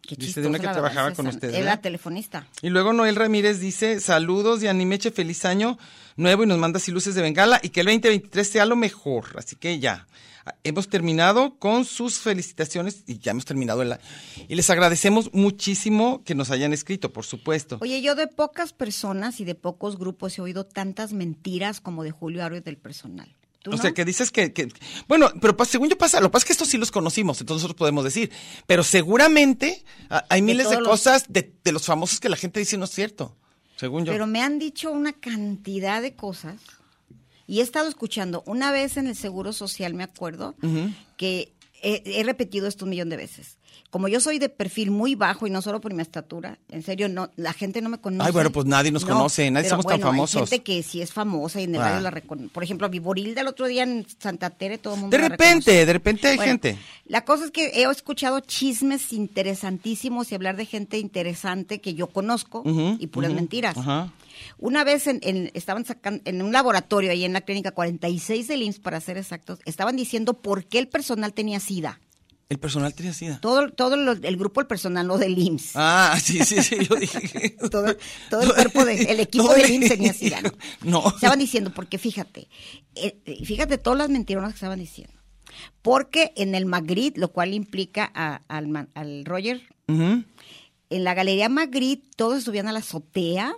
S1: Qué
S3: Dice de una
S1: chistosa,
S3: que
S1: la
S3: trabajaba
S1: verdad,
S3: con
S1: Susana.
S3: ustedes,
S1: Era
S3: ¿verdad?
S1: telefonista.
S3: Y luego Noel Ramírez dice, saludos de Animeche, feliz año nuevo y nos manda así luces de bengala y que el 2023 sea lo mejor. Así que ya, ah, hemos terminado con sus felicitaciones y ya hemos terminado el año. Y les agradecemos muchísimo que nos hayan escrito, por supuesto.
S1: Oye, yo de pocas personas y de pocos grupos he oído tantas mentiras como de Julio Aro y del personal. ¿Tú
S3: O
S1: no?
S3: sea, que dices que, que- Bueno, pero pa- según yo pasa, lo que pasa es que estos sí los conocimos, entonces nosotros podemos decir. Pero seguramente ah, hay
S1: De
S3: miles de
S1: todos los-
S3: cosas de, de los famosos que la gente dice no es cierto, según yo.
S1: Pero me han dicho una cantidad de cosas. Y he estado escuchando, una vez en el Seguro Social, me acuerdo, que he, he repetido esto un millón de veces. Como yo soy de perfil muy bajo y no solo por mi estatura, en serio, no, la gente no me conoce.
S3: Ay, bueno, pues nadie nos conoce, nadie
S1: pero
S3: somos tan
S1: bueno, hay
S3: famosos.
S1: gente que sí es famosa y en el
S3: Ah.
S1: radio la reconoce. Por ejemplo, a Viboril del otro día en Santa Tere todo el mundo
S3: De
S1: la
S3: repente, de repente hay
S1: bueno,
S3: gente.
S1: La cosa es que he escuchado chismes interesantísimos y hablar de gente interesante que yo conozco
S3: Ujú,
S1: y puras
S3: ujú,
S1: mentiras.
S3: ajá.
S1: Una vez en, en- estaban sacando, en un laboratorio ahí en la clínica 46 del IMSS, para ser exactos, estaban diciendo por qué el personal tenía SIDA.
S3: El personal tenía sida.
S1: Todo, todo lo- el grupo del personal, no del IMSS.
S3: Ah, sí, sí, sí, yo dije.
S1: Todo, todo el cuerpo de- (laughs) el equipo
S3: Todo
S1: del
S3: el-
S1: IMSS tenía SIDA. ¿no?
S3: (laughs) No.
S1: Estaban diciendo, porque fíjate, eh, eh, fíjate todas las mentironas que estaban diciendo. Porque en el Magritte, lo cual implica a- al, man- al Roger,
S3: Ujú.
S1: en la Galería Magritte todos subían a la azotea,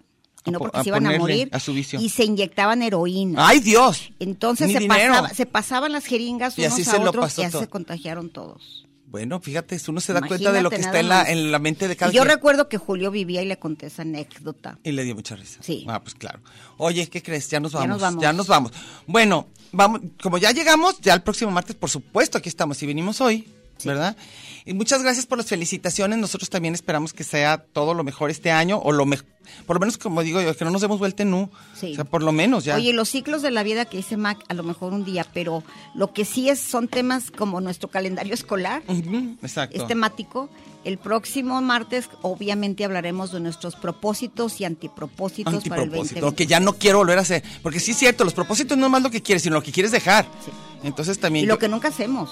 S1: y
S3: A
S1: no
S3: po-
S1: porque
S3: a
S1: se iban a
S3: ponerle
S1: morir,
S3: a su vicio.
S1: y se inyectaban heroína.
S3: Ay, Dios.
S1: Entonces
S3: Ni
S1: se,
S3: dinero.
S1: pasaba- se pasaban las jeringas
S3: Y
S1: unos
S3: así
S1: a
S3: se lo
S1: otros
S3: pasó
S1: y así
S3: todo.
S1: se contagiaron todos.
S3: Bueno, fíjate, uno se da cuenta de lo que está
S1: Imagínate
S3: en
S1: nada
S3: la,
S1: más.
S3: en la mente de cada
S1: Y Yo
S3: quien.
S1: recuerdo que Julio vivía y le conté esa anécdota.
S3: Y le dio mucha risa.
S1: Sí.
S3: Ah, pues claro. Oye, ¿qué crees? Ya nos
S1: Ya nos
S3: vamos. Ya nos vamos.
S1: vamos.
S3: Bueno, vamos, como ya llegamos, ya el próximo martes, por supuesto, aquí estamos y venimos hoy, ¿verdad? Y muchas gracias por las felicitaciones. Nosotros también esperamos que sea todo lo mejor este año, o lo mejor, por lo menos como digo yo, que no nos hemos vuelto en nu.
S1: Sí.
S3: O sea, por lo menos ya.
S1: Oye, los ciclos de la vida que dice Mac, a lo mejor un día, pero lo que sí es son temas como nuestro calendario escolar,
S3: Ujú, Exacto.
S1: es temático. El próximo martes, obviamente, hablaremos de nuestros propósitos y antipropósitos, para el
S3: Antipropósito,
S1: 2020.
S3: que ya no quiero volver a hacer. Porque sí es cierto, los propósitos no es más lo que quieres, sino lo que quieres dejar.
S1: Sí.
S3: Entonces también.
S1: Y lo
S3: yo-
S1: que nunca hacemos.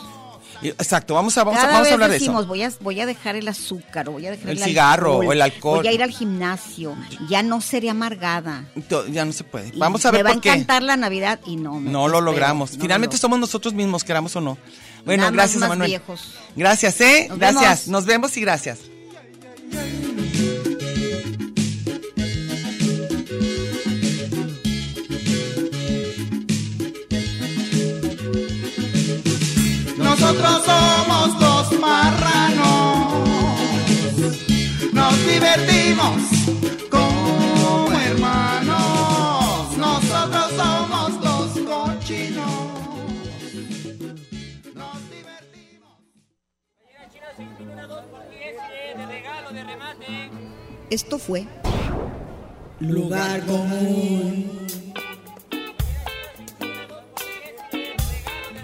S3: y- Exacto, vamos a, vamos a,
S1: Cada
S3: vamos
S1: vez
S3: a hablar de
S1: decimos,
S3: eso.
S1: Voy a, voy a dejar el azúcar, o voy a dejar
S3: El
S1: el,
S3: cigarro,
S1: alcohol,
S3: o el alcohol".
S1: Voy a ir al gimnasio, ya no seré amargada.
S3: To- Ya no se puede.
S1: Y
S3: Vamos a ver
S1: Me va
S3: por
S1: a
S3: qué.
S1: encantar la Navidad y no. me
S3: No lo
S1: desespero,
S3: logramos.
S1: no
S3: Finalmente
S1: lo-
S3: somos nosotros mismos, queramos o no. Bueno,
S1: Nada más
S3: gracias,
S1: más
S3: Manuel.
S1: viejos.
S3: Gracias, ¿eh?
S1: Nos
S3: gracias.
S1: vemos.
S3: Nos vemos y gracias.
S2: Nosotros somos los marranos. Nos divertimos como hermanos. Nosotros somos los cochinos. Nos divertimos.
S1: Esto fue
S7: lugar común.